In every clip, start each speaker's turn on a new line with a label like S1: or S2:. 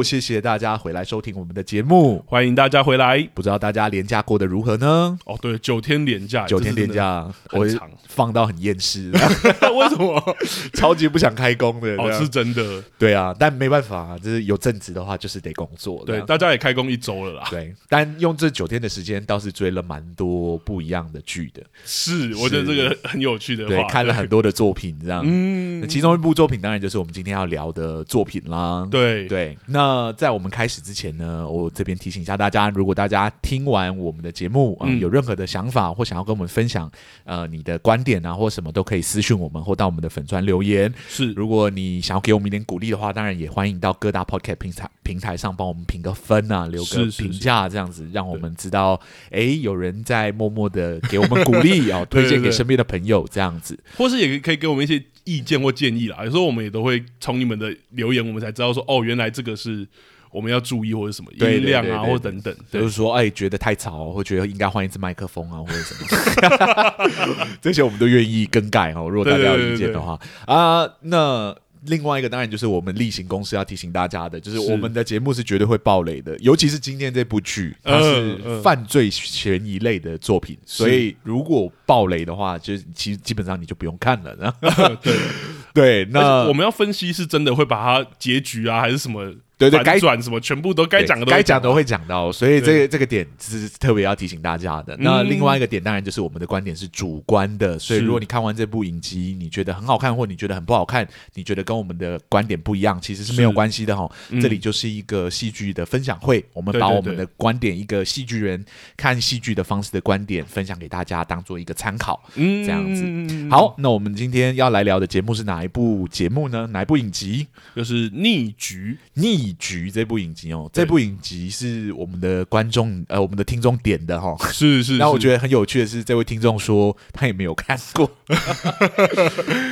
S1: 谢谢大家回来收听我们的节目。
S2: 欢迎大家回来。
S1: 不知道大家年假过得如何呢？
S2: 哦，对，九天连假，
S1: 九天年假，
S2: 这
S1: 我
S2: 是真的很
S1: 放到很厌世，
S2: 长， 为什么？
S1: 超级不想开工的。
S2: 哦，
S1: 这样
S2: 是真的，
S1: 对啊，但没办法、就是有正职的话，就是得工作。这
S2: 对，
S1: 样
S2: 大家也开工一周了啦。
S1: 对，但用这九天的时间，倒是追了蛮多不一样的剧的。
S2: 是，我觉得这个很有趣的
S1: 对，
S2: 话，
S1: 看了很多的作品，这样。
S2: 嗯，
S1: 其中一部作品当然就是我们今天要聊的作品啦。
S2: 对
S1: 对，那在我们开始之前呢，我这边提醒一下大家，如果大家听完我们的节目啊、呃
S2: 嗯
S1: 有任何的想法或想要跟我们分享，呃，你的观点啊或什么都可以私讯我们或到我们的粉专留言。
S2: 是，
S1: 如果你想要给我们一点鼓励的话，当然也欢迎到各大 podcast 平台平台上帮我们评个分啊，留个
S2: 是是
S1: 评价，这样子让我们知道，哎，有人在默默的给我们鼓 励哦，推荐
S2: 对对
S1: 给
S2: 对
S1: 身边的朋友这样子。
S2: 或是也可以给我们一些意见或建议啦。有时候我们也都会从你们的留言，我们才知道说，哦，原来这个是我们要注意或者什么
S1: 对
S2: 音量啊，
S1: 对对对
S2: 或等等。
S1: 就
S2: 对
S1: 是，说，哎，觉得太吵，或觉得应该换一支麦克风啊，或者什么， 这些我们都愿意更改哦。如果大家有意见的话啊、那另外一个当然就是我们例行公事要提醒大家的，就是
S2: 是
S1: 我们的节目是绝对会爆雷的，尤其是今天这部剧，它
S2: 嗯
S1: 是
S2: 嗯
S1: 犯罪悬疑类的作品，所以如果爆雷的话，就是其实基本上你就不用看了。 然后
S2: 对，
S1: 对，
S2: 而
S1: 那
S2: 且我们要分析是真的会把它结局啊，还是什么
S1: 对对该
S2: 反转什么，全部都该讲的
S1: 对
S2: 都
S1: 该
S2: 会
S1: 讲的
S2: 到
S1: 会讲到，所以这
S2: 对
S1: 个这个点是特别要提醒大家的。那
S2: 嗯
S1: 另外一个点当然就是我们的观点是主观的，所以
S2: 是
S1: 如果你看完这部影集，你觉得很好看或你觉得很不好看，你觉得跟我们的观点不一样，其实是没有
S2: 是
S1: 关系的哈。
S2: 嗯
S1: 这里就是一个戏剧的分享会，我们
S2: 对
S1: 把
S2: 对
S1: 我们的观点，一个戏剧人看戏剧的方式的观点分享给大家，当做一个参考。
S2: 嗯
S1: 这样子，好，那我们今天要来聊的节目是哪一部节目呢？哪一部影集？
S2: 就是逆局，
S1: 《逆局》这部影集哦，
S2: 对
S1: 这部影集是我们的观众呃，我们的听众点的哈、哦。
S2: 是是。
S1: 那我觉
S2: 得
S1: 得很有趣的是，这位听众说他也没有看 过，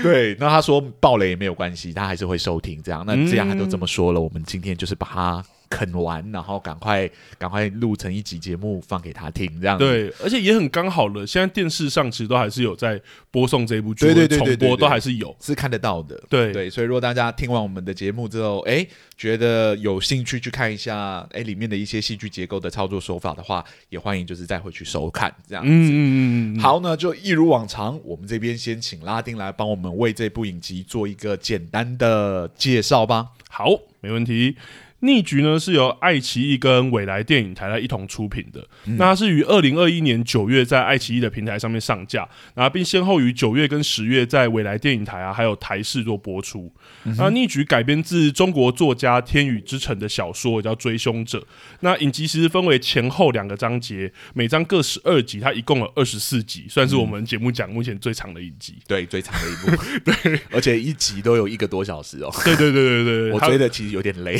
S1: 对，那他说爆雷也没有关系，他还是会收听这样。那
S2: 嗯
S1: 既然他都这么说了，我们今天就是把它啃完，然后赶快赶快录成一集节目放给他听，这样子。
S2: 对，而且也很刚好了。现在电视上其实都还是有在播送这部剧，
S1: 对对
S2: 或者
S1: 对对
S2: 重
S1: 对
S2: 播
S1: 对
S2: 都还是有。
S1: 是看得到的。
S2: 对
S1: 对，所以如果大家听完我们的节目之后，哎，觉得有兴趣去看一下，哎，里面的一些戏剧结构的操作手法的话，也欢迎就是再回去收看这样。
S2: 嗯嗯嗯嗯嗯，
S1: 好，那就一如往常，我们这边先请拉丁来帮我们为这部影集做一个简单的介绍吧。
S2: 好，没问题。逆局呢是由爱奇艺跟未来电影台来一同出品的，
S1: 嗯
S2: 那它是于二零二一年九月在爱奇艺的平台上面上架，那并先后于九月跟十月在未来电影台啊还有台视做播出。
S1: 嗯
S2: 那逆局改编自中国作家天宇之城的小说，叫《追凶者》。那影集其实分为前后两个章节，每章各十二集，它一共有二十四集，算是我们节目讲目前最长的影集。
S1: 对，最长的一部， 对，而且一集都有一个多小时哦。
S2: 对对对对对对，
S1: 我
S2: 它
S1: 追的其实有点累，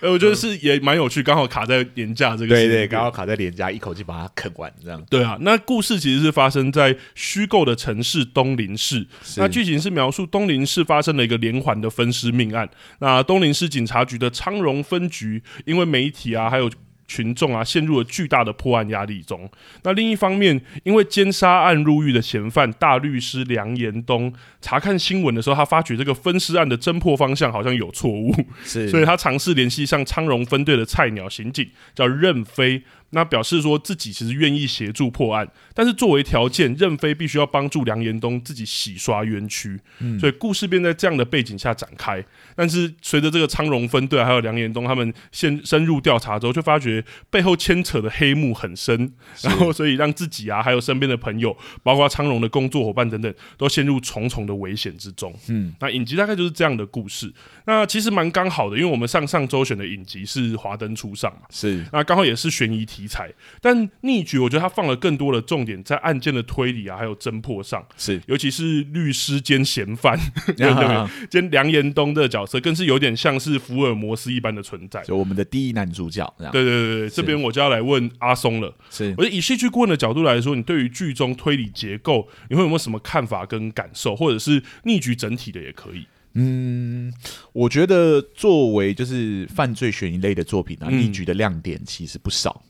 S2: 呃，我觉得是也蛮有趣，刚好卡在年假这个时
S1: 对
S2: 间
S1: 对，
S2: 点
S1: 刚好卡在脸颊，一口气把它啃完这样。
S2: 对啊，那故事其实是发生在虚构的城市东林市。那剧情是描述东林市发生了一个连环的分尸命案。那东林市警察局的昌荣分局，因为媒体啊，还有群众啊，陷入了巨大的破案压力中。那另一方面，因为奸杀案入狱的嫌犯大律师梁延东查看新闻的时候，他发觉这个分尸案的侦破方向好像有错误，
S1: 是
S2: 所以他尝试联系上昌荣分队的菜鸟刑警，叫任飞。那表示说自己其实愿意协助破案，但是作为条件，任飞必须要帮助梁延东自己洗刷冤屈。所以故事便在这样的背景下展开。但是随着这个昌荣分队还有梁延东他们陷深入调查之后，就发觉背后牵扯的黑幕很深，然后所以让自己啊，还有身边的朋友，包括昌荣的工作伙伴等等，都陷入重重的危险之中。嗯，那影集大概就是这样的故事。那其实蛮刚好的，因为我们上上周选的影集是《华灯初上》嘛，
S1: 是
S2: 那刚好也是悬疑题材。但逆局，我觉得它放了更多的重点在案件的推理啊，还有侦破上，
S1: 是，
S2: 尤其是律师兼嫌犯对对
S1: 啊
S2: 对兼梁延东的角色，更是有点像是福尔摩斯一般的存在。
S1: 就我们的第一男主角这样。
S2: 对对对对，这边我就要来问阿松了。
S1: 是
S2: 我觉得以戏剧顾问的角度来说，你对于剧中推理结构，你会有没有什么看法跟感受，或者是逆局整体的也可以？
S1: 嗯，我觉得作为就是犯罪悬疑类的作品啊，
S2: 嗯
S1: 例举的亮点其实不少。
S2: 哦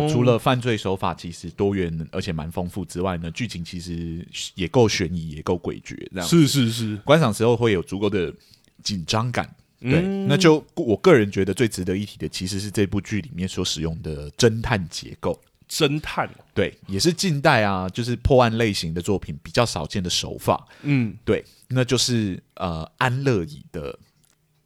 S1: 呃，除了犯罪手法其实多元而且蛮丰富之外呢，剧情其实也够悬疑，也够诡谲，这样
S2: 是是是，
S1: 观赏时候会有足够的紧张感。对，
S2: 嗯
S1: 那就我个人觉得最值得一提的，其实是这部剧里面所使用的侦探结构。
S2: 侦探，
S1: 对，也是近代啊，就是破案类型的作品比较少见的手法。
S2: 嗯，
S1: 对，那就是呃安乐椅的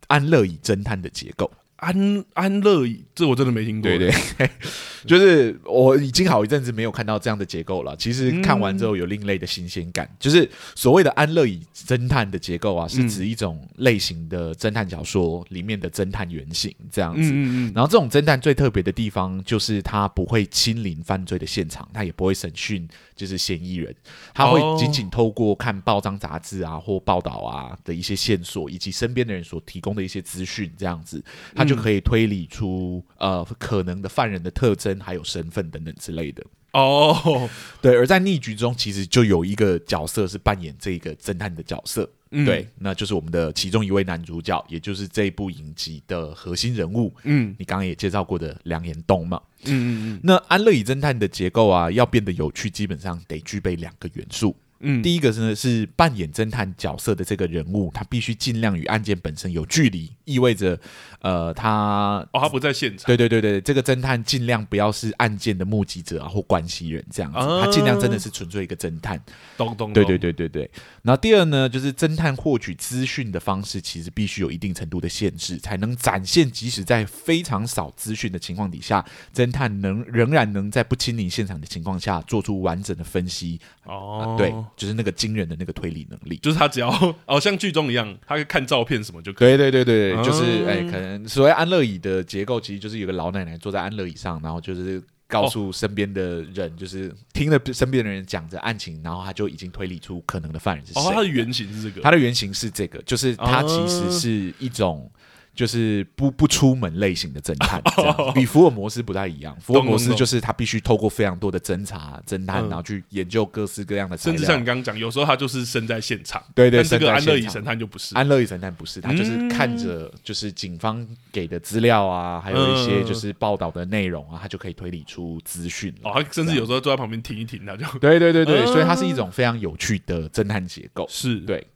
S1: 安乐椅侦探的结构。
S2: 安安乐椅，这我真的没听过。
S1: 对对， 就是我已经好一阵子没有看到这样的结构了。其实看完之后有另类的新鲜感，就是所谓的安乐椅侦探的结构啊，是指一种类型的侦探小说里面的侦探原型这样子。
S2: 嗯嗯嗯，
S1: 然后这种侦探最特别的地方就是他不会亲临犯罪的现场，他也不会审讯就是嫌疑人，他会
S2: 哦
S1: 仅仅透过看报章杂志啊或报道啊的一些线索，以及身边的人所提供的一些资讯，这样子他就可以推理出、呃可能的犯人的特征还有身份等等之类的。
S2: 哦，
S1: 对，而在逆局中，其实就有一个角色是扮演这个侦探的角色，
S2: 嗯
S1: 对，，那就是我们的其中一位男主角，也就是这一部影集的核心人物，
S2: 嗯
S1: 你刚刚也介绍过的梁延东嘛。
S2: 嗯嗯
S1: 那安乐椅侦探的结构啊，要变得有趣，基本上得具备两个元素。
S2: 嗯嗯，
S1: 第一个呢是扮演侦探角色的这个人物，他必须尽量与案件本身有距离，意味着呃他。
S2: 哦，他不在现场，
S1: 对对对对，这个侦探尽量不要是案件的目击者啊或关系人这样子，
S2: 啊
S1: 他尽量真的是纯粹一个侦探。
S2: 咚咚，
S1: 对对，对对对。然后第二呢，就是侦探获取资讯的方式，其实必须有一定程度的限制，才能展现即使在非常少资讯的情况底下，侦探能仍然能在不亲临现场的情况下做出完整的分析。啊
S2: 哦，
S1: 对，就是那个惊人的那个推理能力。
S2: 就是他只要哦，像剧中一样，他看照片什么就可以。
S1: 对对对对，
S2: 嗯
S1: 就是哎、可能所谓安乐椅的结构，其实就是有个老奶奶坐在安乐椅上，然后就是。告诉身边的人，就是听了身边的人讲着案情，然后他就已经推理出可能的犯人是谁。
S2: 哦，他的原型是这个，
S1: 它的原型是这个，就是它其实是一种。就是不不出门类型的侦探，
S2: 哦
S1: 这样与福尔摩斯不太一样。福尔摩斯就是他必须透过非常多的侦查、侦探，
S2: 嗯
S1: 然后去研究各式各样的材
S2: 甚
S1: 料。
S2: 至像你刚刚讲，有时候他就是身在现场，
S1: 哎对对
S2: 但这个安
S1: 身在
S2: 乐
S1: 现
S2: 椅
S1: 场
S2: 神探就不是。
S1: 安乐椅侦探不是，他就是
S2: 嗯
S1: 看着就是警方给的资料啊，还有一些就是报道的内容啊，他就可以推理出资讯了。
S2: 哦，他甚至
S1: 啊
S2: 有时候坐在旁边听一听，他就
S1: 对对对对，
S2: 嗯。
S1: 所以它是一种非常有趣的侦探结构
S2: 是
S1: 对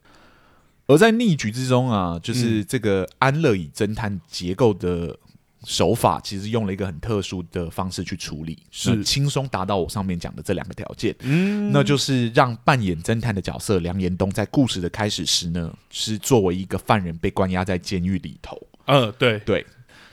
S1: 而在逆局之中啊，就是这个安乐椅侦探结构的手法，其实用了一个很特殊的方式去处理，
S2: 是
S1: 那轻松达到我上面讲的这两个条件。
S2: 嗯
S1: 那就是让扮演侦探的角色梁延东在故事的开始时呢，是作为一个犯人被关押在监狱里头。
S2: 呃，对，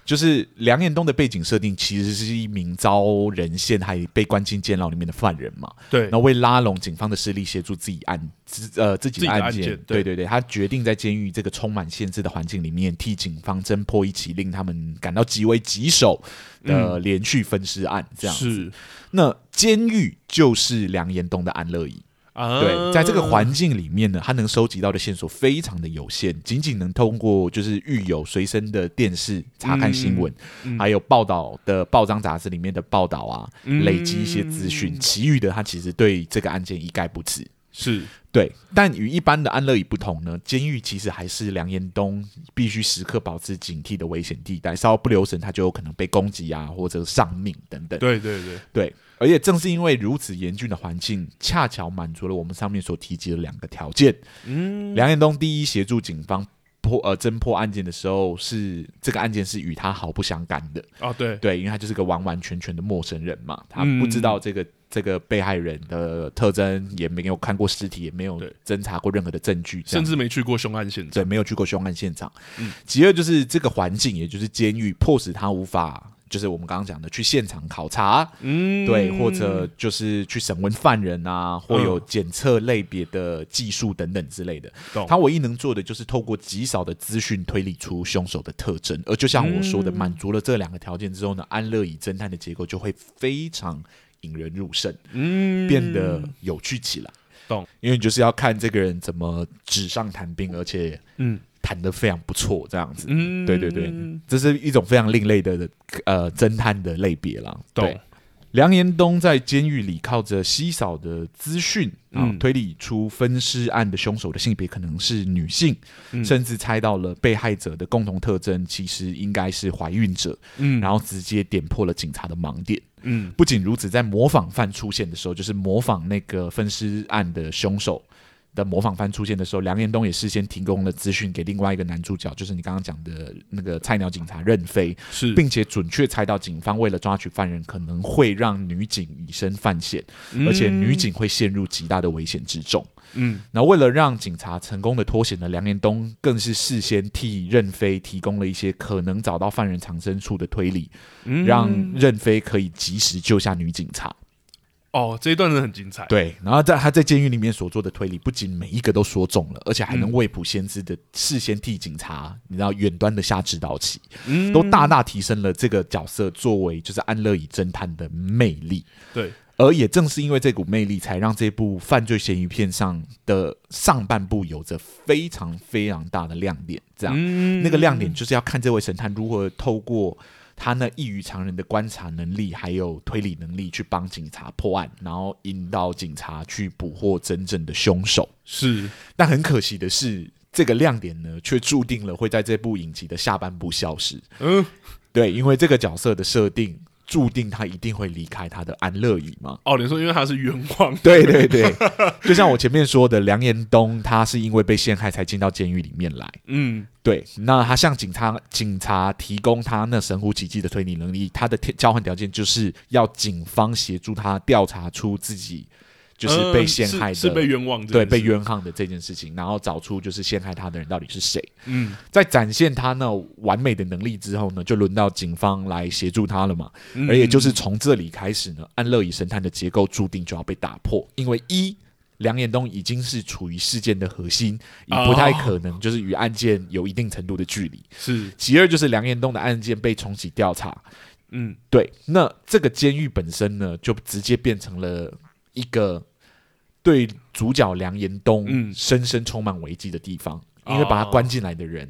S1: 就是梁延东的背景设定其实是一名遭人陷害、被关进监牢里面的犯人嘛。
S2: 对，
S1: 然后为拉拢警方的势力，协助自己案自呃自己的案
S2: 自己
S1: 件，
S2: 的案件对
S1: 对对对，他决定在监狱这个充满限制的环境里面，替警方侦破一起令他们感到极为棘手的连续分尸案。这样，
S2: 是
S1: 那监狱就是梁延东的安乐椅。
S2: 啊，
S1: 对，在这个环境里面呢，他能收集到的线索非常的有限，仅仅能通过就是狱友随身的电视查看新闻，
S2: 嗯嗯
S1: 还有报道的报章杂志里面的报道啊，
S2: 嗯
S1: 累积一些资讯。其余的他其实对这个案件一概不知。
S2: 是
S1: 对，但与一般的安乐椅不同呢，监狱其实还是梁延东必须时刻保持警惕的危险地带，稍不留神他就有可能被攻击啊，或者丧命等等。
S2: 对对对，
S1: 对，而且正是因为如此严峻的环境，恰巧满足了我们上面所提及的两个条件。
S2: 嗯，
S1: 梁彦东第一协助警方破呃侦破案件的时候是，这个案件是与他毫不相干的，
S2: 哦对，
S1: 对，因为他就是个完完全全的陌生人嘛，他不知
S2: 嗯
S1: 道这个、这个被害人的特征，也没有看过尸体，也没有
S2: 对
S1: 侦查过任何的证据，这样
S2: 甚至没去过凶案现场，
S1: 对，没有去过凶案现场。
S2: 嗯
S1: 其二就是这个环境，也就是监狱，迫使他无法，就是我们刚刚讲的去现场考察，
S2: 嗯，
S1: 对，或者就是去审问犯人啊，或有检测类别的技术等等之类的
S2: 懂。
S1: 他唯一能做的就是透过极少的资讯推理出凶手的特征。而就像我说
S2: 嗯
S1: 的，满足了这两个条件之后呢，安乐椅侦探的结构就会非常引人入胜，
S2: 嗯
S1: 变得有趣起来。
S2: 懂？
S1: 因为你就是要看这个人怎么纸上谈兵，而且
S2: 嗯
S1: 谈得非常不错，这样子。
S2: 嗯，
S1: 对对对，这是一种非常另类的呃侦探的类别啦。
S2: 懂
S1: 对。梁延东在监狱里靠着稀少的资讯啊，
S2: 嗯
S1: 推理出分尸案的凶手的性别可能是女性，
S2: 嗯
S1: 甚至猜到了被害者的共同特征其实应该是怀孕者，
S2: 嗯
S1: 然后直接点破了警察的盲点。
S2: 嗯
S1: 不仅如此，在模仿犯出现的时候，就是模仿那个分尸案的凶手的模仿犯出现的时候，梁彦东也事先提供了资讯给另外一个男主角，就是你刚刚讲的那个菜鸟警察任飞，
S2: 是，
S1: 并且准确猜到警方为了抓取犯人，可能会让女警以身犯险，
S2: 嗯
S1: 而且女警会陷入极大的危险之中。
S2: 嗯
S1: 那为了让警察成功的脱险呢，梁彦东更是事先替任飞提供了一些可能找到犯人藏身处的推理，
S2: 嗯
S1: 让任飞可以及时救下女警察。
S2: 哦这一段真的很精彩，
S1: 对，然后在他在监狱里面所做的推理，不仅每一个都说中了，而且还能未卜先知的事先替警察，你知道远端的下指导棋，
S2: 嗯
S1: 都大大提升了这个角色作为就是安乐椅侦探的魅力。
S2: 对，
S1: 而也正是因为这股魅力，才让这部犯罪嫌疑片上的上半部有着非常非常大的亮点。这样，
S2: 嗯
S1: 那个亮点就是要看这位神探如何透过他那异于常人的观察能力，还有推理能力，去帮警察破案，然后引导警察去捕获真正的凶手。
S2: 是
S1: 但很可惜的是，这个亮点呢，却注定了会在这部影集的下半部消失。
S2: 嗯
S1: 对，因为这个角色的设定，注定他一定会离开他的安乐椅嘛。
S2: 哦，你说因为他是冤枉，
S1: 对对 对，就像我前面说的，梁延东他是因为被陷害才进到监狱里面来。
S2: 嗯
S1: 对，那他向警察警察提供他那神乎其技的推理能力，他的天交换条件就是要警方协助他调查出自己就是被
S2: 嗯
S1: 陷害的，
S2: 是是被冤枉这件
S1: 对
S2: 事，
S1: 被冤枉的这件事情，然后找出就是陷害他的人到底是谁。
S2: 嗯
S1: 在展现他那完美的能力之后呢，就轮到警方来协助他了嘛。
S2: 嗯
S1: 而也就是从这里开始呢，安乐椅神探的结构注定就要被打破，因为一梁彦东已经是处于事件的核心，也不太可
S2: 哦
S1: 能就是与案件有一定程度的距离。
S2: 是
S1: 其二就是梁彦东的案件被重启调查，
S2: 嗯
S1: 对，那这个监狱本身呢，就直接变成了一个对主角梁彦东
S2: 嗯
S1: 深深充满危机的地方，因为把他
S2: 哦
S1: 关进来的人，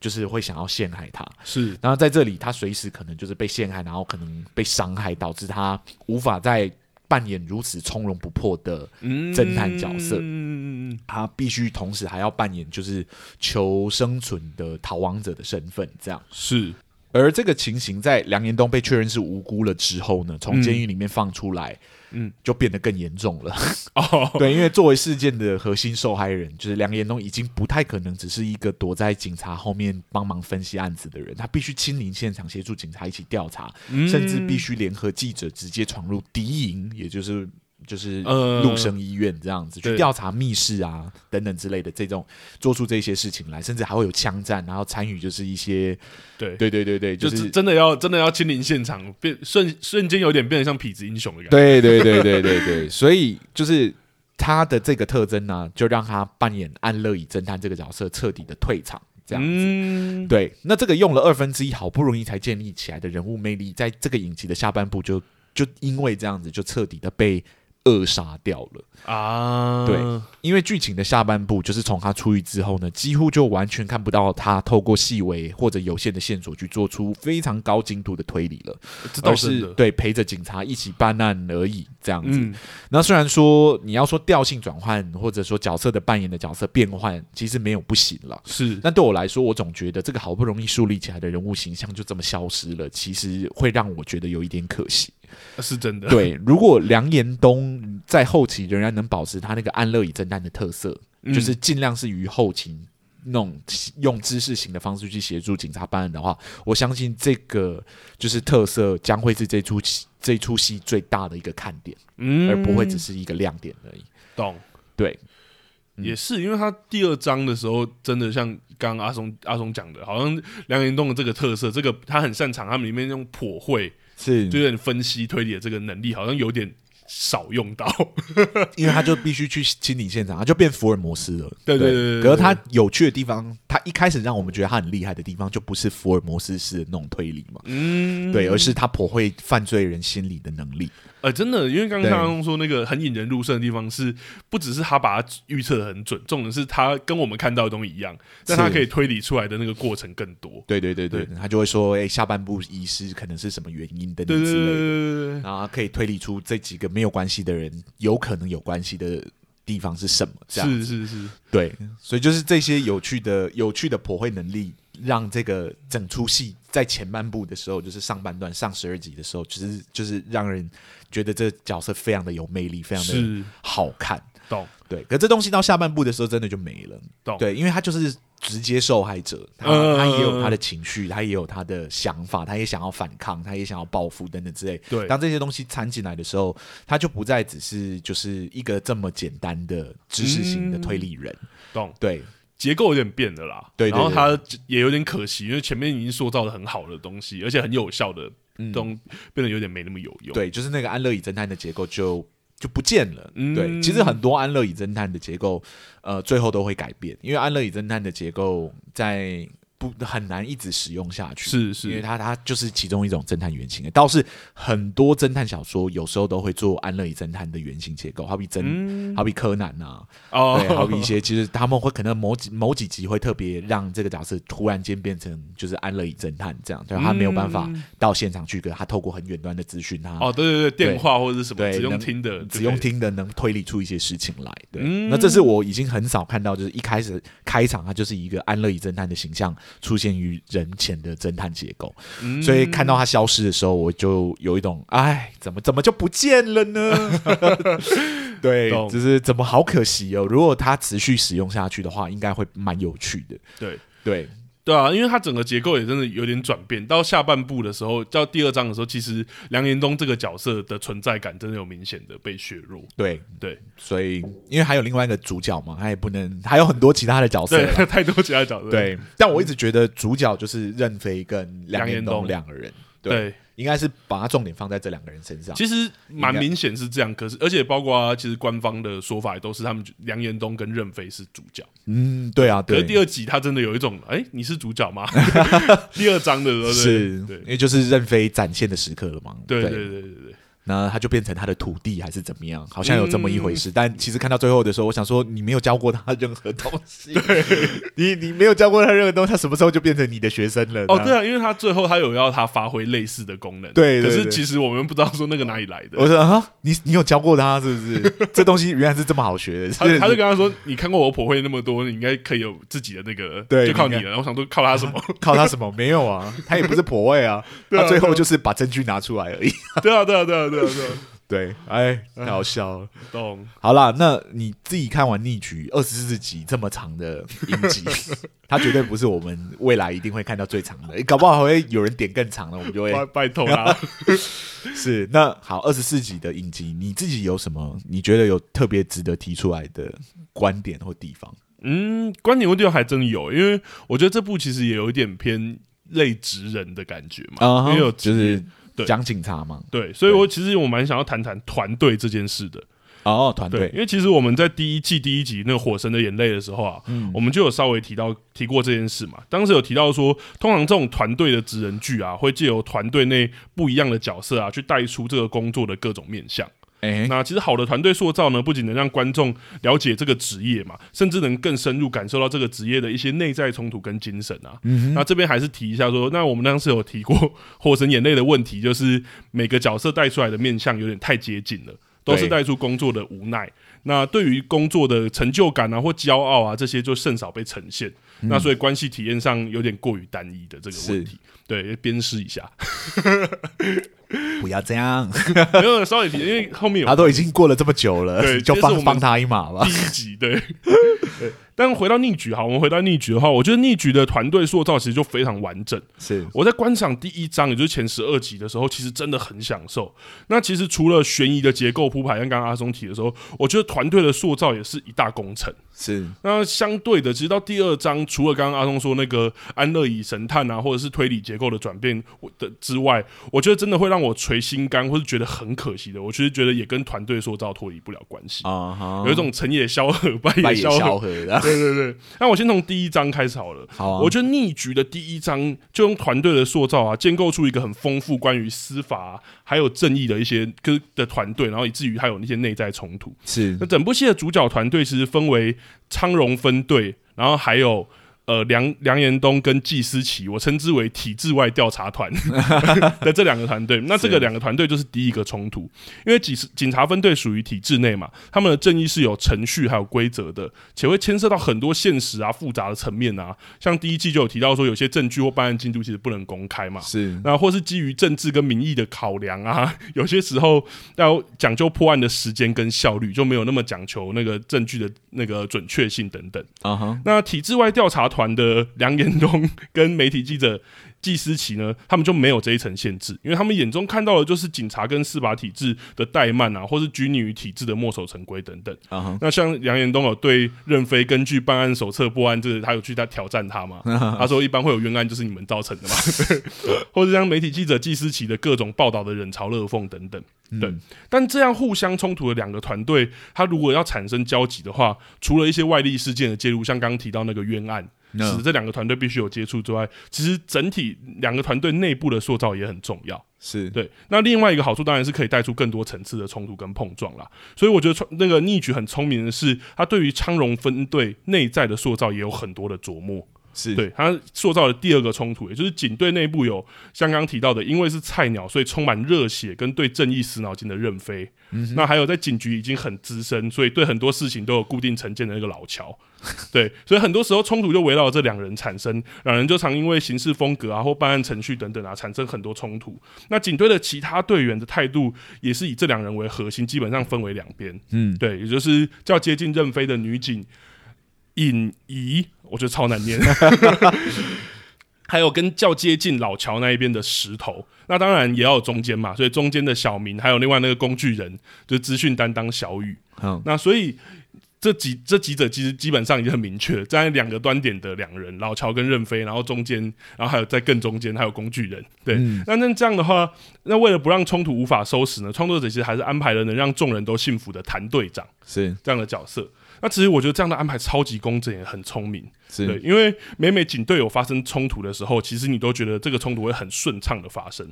S1: 就是会想要陷害他。
S2: 是
S1: 然后在这里，他随时可能就是被陷害，然后可能被伤害，导致他无法再扮演如此从容不迫的，
S2: 嗯
S1: 侦探角色
S2: 嗯嗯嗯嗯
S1: 他必须同时还要扮演就是求生存的逃亡者的身份，这样。
S2: 是
S1: 而这个情形在梁延东被确认是无辜了之后呢，从监狱里面放出来，
S2: 嗯，
S1: 就变得更严重 了。
S2: 哦
S1: 对，因为作为事件的核心受害人，就是梁延东已经不太可能只是一个躲在警察后面帮忙分析案子的人，他必须亲临现场协助警察一起调查，
S2: 嗯
S1: 甚至必须联合记者直接闯入敌营，也就是。就是
S2: 呃
S1: 陆生医院这样子、去
S2: 对
S1: 调查密室啊等等之类的这种做出这些事情来，甚至还会有枪战，然后参与就是一些
S2: 对
S1: 对对对对，
S2: 就
S1: 就是
S2: 真真的要真的要亲临现场，变瞬瞬间有点变得像痞子英雄的感觉。
S1: 对对对对对对，所以就是他的这个特征呢，就让他扮演安乐椅侦探这个角色彻底的退场，这样。
S2: 嗯，
S1: 对，那这个用了二分之一，好不容易才建立起来的人物魅力，在这个影集的下半部就就因为这样子，就彻底的被扼杀掉了。
S2: 啊，
S1: 对因为剧情的下半部就是从他出狱之后呢，几乎就完全看不到他透过细微或者有限的线索去做出非常高精度的推理了，
S2: 这倒
S1: 而
S2: 是
S1: 是
S2: 的。
S1: 对陪着警察一起办案而已，这样子。
S2: 嗯，
S1: 那虽然说你要说调性转换，或者说角色的扮演的角色变换，其实没有不行了。
S2: 是
S1: 但对我来说，我总觉得这个好不容易树立起来的人物形象就这么消失了，其实会让我觉得有一点可 惜。
S2: 是真的。
S1: 对，如果梁延东在后期仍然能保持他那个安乐椅侦探的特色，
S2: 嗯
S1: 就是尽量是于后期那种用知识型的方式去协助警察办案的话，我相信这个就是特色将会是这出戏这出戏最大的一个看点，
S2: 嗯
S1: 而不会只是一个亮点而已。
S2: 懂。
S1: 对，嗯
S2: 也是，因为他第二章的时候，真的像刚刚阿松阿松讲的，好像梁延栋的这个特色，这个他很擅长，他们里面用破会，
S1: 是
S2: 就是分析推理的这个能力，好像有点少用到。
S1: 因为他就必须去清理现场，他就变福尔摩斯了。
S2: 对对对对对
S1: 可是他有趣的地方，他一开始让我们觉得他很厉害的地方，就不是福尔摩斯式的那种推理嘛，
S2: 嗯，
S1: 对，而是他颇会犯罪人心理的能力。
S2: 呃，真的，因为刚刚
S1: 对
S2: 大东说那个很引人入胜的地方是，不只是他把它预测的很准，重点是他跟我们看到的东西一样，但他
S1: 是
S2: 可以推理出来的那个过程更多。
S1: 对对对对，他就会说，哎、下半部遗失可能是什么原因等
S2: 对
S1: 等
S2: 对对
S1: 之类的，
S2: 对对对
S1: 然后可以推理出这几个没有关系的人有可能有关系的地方是什么，这
S2: 对，
S1: 样
S2: 是是是，
S1: 对，所以就是这些有趣的、有趣的破会能力，让这个整出戏在前半部的时候，就是上半段上十二集的时候，就是就是让人觉得这角色非常的有魅力，非常的
S2: 是
S1: 好看。
S2: 懂
S1: 对，可这东西到下半部的时候，真的就没了。
S2: 懂
S1: 对，因为他就是直接受害者，他、
S2: 嗯
S1: 他也有他的情绪，他也有他的想法，他也想要反抗，他也想要报复等等之类。
S2: 对
S1: 当这些东西掺进来的时候，他就不再只是就是一个这么简单的知识型的
S2: 嗯
S1: 推理人。
S2: 懂，
S1: 对，
S2: 结构有点变了啦。
S1: 对对
S2: 然后
S1: 对
S2: 他也有点可惜，因为前面已经塑造的很好的东西，而且很有效的东，变得有点没那么有
S1: 嗯
S2: 用。
S1: 对，就是那个安乐椅侦探的结构就就不见了。
S2: 嗯
S1: 对，其实很多安乐椅侦探的结构，呃，最后都会改变，因为安乐椅侦探的结构在不很难一直使用下去。
S2: 是
S1: 因为
S2: 是，
S1: 它它就是其中一种侦探原型，倒是很多侦探小说有时候都会做安乐椅侦探的原型结构，好比侦，
S2: 嗯，
S1: 好比柯南呐、啊，
S2: 哦
S1: 对，好比一些，其实他们会可能某几某几集会特别让这个角色突然间变成就是安乐椅侦探这样，对，他没有办法
S2: 嗯
S1: 到现场去，可是他透过很远端的资讯，他
S2: 哦，对对对，电
S1: 对
S2: 话或者是什么，
S1: 对
S2: 只用
S1: 能
S2: 听的，
S1: 只用，听的能推理出一些事情来。对，
S2: 嗯
S1: 那这是我已经很少看到，就是一开始开场，它就是一个安乐椅侦探的形象出现于人前的侦探结构，
S2: 嗯
S1: 所以看到它消失的时候，我就有一种哎，怎么怎么就不见了 呢？对
S2: 懂，
S1: 就是怎么好可惜哦！如果它持续使用下去的话，应该会蛮有趣的。
S2: 对。
S1: 对，
S2: 对啊，因为它整个结构也真的有点转变。到下半部的时候，到第二章的时候，其实梁延东这个角色的存在感真的有明显的被削弱。
S1: 对，
S2: 对，
S1: 所以因为还有另外一个主角嘛，他也不能，还有很多其他的角色
S2: 对
S1: 啦，，
S2: 太多其他角色。
S1: 啊对，但我一直觉得主角就是任飞跟梁
S2: 梁
S1: 彦
S2: 彦
S1: 东
S2: 东
S1: 两个人，
S2: 对，
S1: 对，应该是把他重点放在这两个人身上。
S2: 其实蛮明显是这样。可是，而且包括其实官方的说法也都是他们梁延东跟任飞是主角。
S1: 嗯，对啊，
S2: 可
S1: 对
S2: 是，第二集他真的有一种，哎，你是 主角吗？第二章的时候
S1: 是
S2: 对
S1: 因为就是任飞展现的时刻了嘛。
S2: 对对对对对对，
S1: 那他就变成他的徒弟还是怎么样？好像有这么一回
S2: 嗯
S1: 事。但其实看到最后的时候，我想说，你没有教过他任何东西，你你没有教过他任何东西，他什么时候就变成你的学生了？
S2: 哦，
S1: 那
S2: 对啊，因为他最后他有要他发挥类似的功能，
S1: 对对
S2: 可是
S1: 对
S2: 其实我们不知道说那个哪里来的，
S1: 我说啊，你你有教过他是不是？ 这东西原来是这么好学的，
S2: 他
S1: 是
S2: 他就跟他说：“你看过我婆会那么多，你应该可以有自己的那个，
S1: 对
S2: 就靠你
S1: 你
S2: 了。”我想说靠他 什么？
S1: 靠他什么？没有啊，他也不是婆位啊，
S2: 对啊
S1: 他最后就是把证据拿出来而已。
S2: 对啊，对啊，对啊，对啊，对啊，
S1: 对，哎，太好笑了。
S2: 懂。
S1: 好啦，那你自己看完《逆局》二十四集这么长的影 集，它绝对不是我们未来一定会看到最长的，诶搞不好还会有人点更长的，我们就会
S2: 拜拜托啦，
S1: 是。那好，二十四集的影集，你自己有什么你觉得有特别值得提出来的观点或地方？
S2: 嗯，观点问题还真有，因为我觉得这部其实也有一点偏类职人的感觉嘛，
S1: 啊哈
S2: 因为有职
S1: 就
S2: 业
S1: 是
S2: 对
S1: 讲警察嘛，
S2: 对，所以我其实我蛮想要谈谈团队这件事的。
S1: 哦，团
S2: 对，
S1: 队
S2: 因为其实我们在第一季第一集那个《火神的眼泪》的时候啊，我们就有稍微提到提过这件事嘛。当时有提到说，通常这种团队的职人剧啊，会借由团队内不一样的角色啊，去带出这个工作的各种面向。
S1: 哎、
S2: 那其实好的团队塑造呢，不仅能让观众了解这个职业嘛，甚至能更深入感受到这个职业的一些内在冲突跟精神啊。那这边还是提一下说，那我们当时有提过《火神眼泪》的问题，就是每个角色带出来的面相有点太接近了，都是
S1: 对
S2: 带出工作的无奈。那对于工作的成就感啊或骄傲啊这些，就甚少被呈现。那所以关系体验上有点过于单一的这个问题，对，鞭尸一下，
S1: 不要这样，
S2: 没有稍微提，因为后面有
S1: 他都已经过了这么久了，
S2: 对
S1: 就
S2: 这是我
S1: 帮
S2: 们
S1: 帮他一马吧。
S2: 第一集，对。对但回到逆局哈，我们回到逆局的话，我觉得逆局的团队塑造其实就非常完整。
S1: 是
S2: 我在观赏第一章，也就是前十二集的时候，其实真的很享受。那其实除了悬疑的结构铺排，像刚刚阿松提的时候，我觉得团队的塑造也是一大工程。
S1: 是
S2: 那相对的，其实到第二章，除了刚刚阿松说那个安乐椅神探啊，或者是推理结构的转变的之外，我觉得真的会让我捶心肝，或是觉得很可惜的。我其实觉得也跟团队塑造脱离不了关系，
S1: 啊哈
S2: 有一种成也萧何，败
S1: 败
S2: 也
S1: 也
S2: 萧何。
S1: 萧何的，
S2: 对对对，那我先从第一章开始好了。
S1: 好啊，
S2: 我觉得逆局的第一章就用团队的塑造啊，建构出一个很丰富关于司法啊、还有正义的一些跟的团队，然后以至于还有那些内在冲突。
S1: 是
S2: 那整部戏的主角团队其实分为昌荣分队，然后还有。呃，梁梁延东跟季思琪，我称之为体制外调查团的这两个团队。那这个两个团队就是第一个冲突，因为警警察分队属于体制内嘛，他们的正义是有程序还有规则的，且会牵涉到很多现实啊、复杂的层面啊。像第一季就有提到说，有些证据或办案进度其实不能公开嘛。
S1: 是
S2: 那或是基于政治跟民意的考量啊， 有些时候要讲究破案的时间跟效率，就没有那么讲求那个证据的那个准确性等等。
S1: 啊哈
S2: 那体制外调查团的梁延东跟媒体记者季思琪呢，他们就没有这一层限制，因为他们眼中看到的就是警察跟司法体制的怠慢啊，或是拘泥于体制的墨守成规等等。
S1: 啊 哈，
S2: 那像梁延东有对任飞根据办案手册破案这个，他有去他挑战他嘛？他说一般会有冤案就是你们造成的嘛， 或者像媒体记者季思琪的各种报道的冷嘲热讽等等。对，但这样互相冲突的两个团队，它如果要产生交集的话，除了一些外力事件的介入，像刚刚提到那个冤案，
S1: 那
S2: 使这两个团队必须有接触之外，其实整体两个团队内部的塑造也很重要。
S1: 是
S2: 对，那另外一个好处当然是可以带出更多层次的冲突跟碰撞啦。所以我觉得川那个逆局很聪明的是，他对于昌荣分队内在的塑造也有很多的琢磨。
S1: 是
S2: 对他塑造的第二个冲突，也就是警队内部有像刚刚提到的，因为是菜鸟，所以充满热血跟对正义死脑筋的任飞。那还有在警局已经很资深，所以对很多事情都有固定成见的那个老乔。 对，所以很多时候冲突就围绕这两人产生，两人就常因为行事风格啊或办案程序等等啊产生很多冲突。那警队的其他队员的态度也是以这两人为核心，基本上分为两边。
S1: 嗯
S2: 对，也就是较接近任飞的女警尹怡，我觉得超难念。 还有跟较接近老乔那一边的石头，那当然也要有中间嘛，所以中间的小明，还有另外那个工具人，就是资讯担当小雨。
S1: 嗯
S2: 那所以这几这几者其实基本上已经很明确，站在两个端点的两人，老乔跟任飞，然后中间，然后还有在更中间还有工具人，对。
S1: 嗯
S2: 那那这样的话，那为了不让冲突无法收拾呢，创作者其实还是安排了能让众人都信服的谭队长
S1: 是
S2: 这样的角色。那其实我觉得这样的安排超级工整，也很聪明。对，
S1: 是
S2: 因为每每警队有发生冲突的时候，其实你都觉得这个冲突会很顺畅的发生，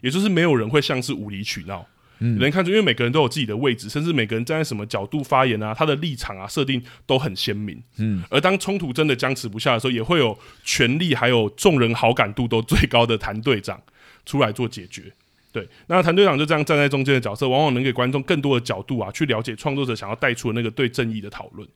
S2: 也就是没有人会像是无理取闹。
S1: 嗯
S2: 嗯，能看出，因为每个人都有自己的位置，甚至每个人站在什么角度发言啊，他的立场啊设定都很鲜明。
S1: 嗯
S2: 嗯，而当冲突真的僵持不下的时候，也会有权力还有众人好感度都最高的谭队长出来做解决。对，那谭队长就这样站在中间的角色，往往能给观众更多的角度啊，去了解创作者想要带出的那个对正义的讨论。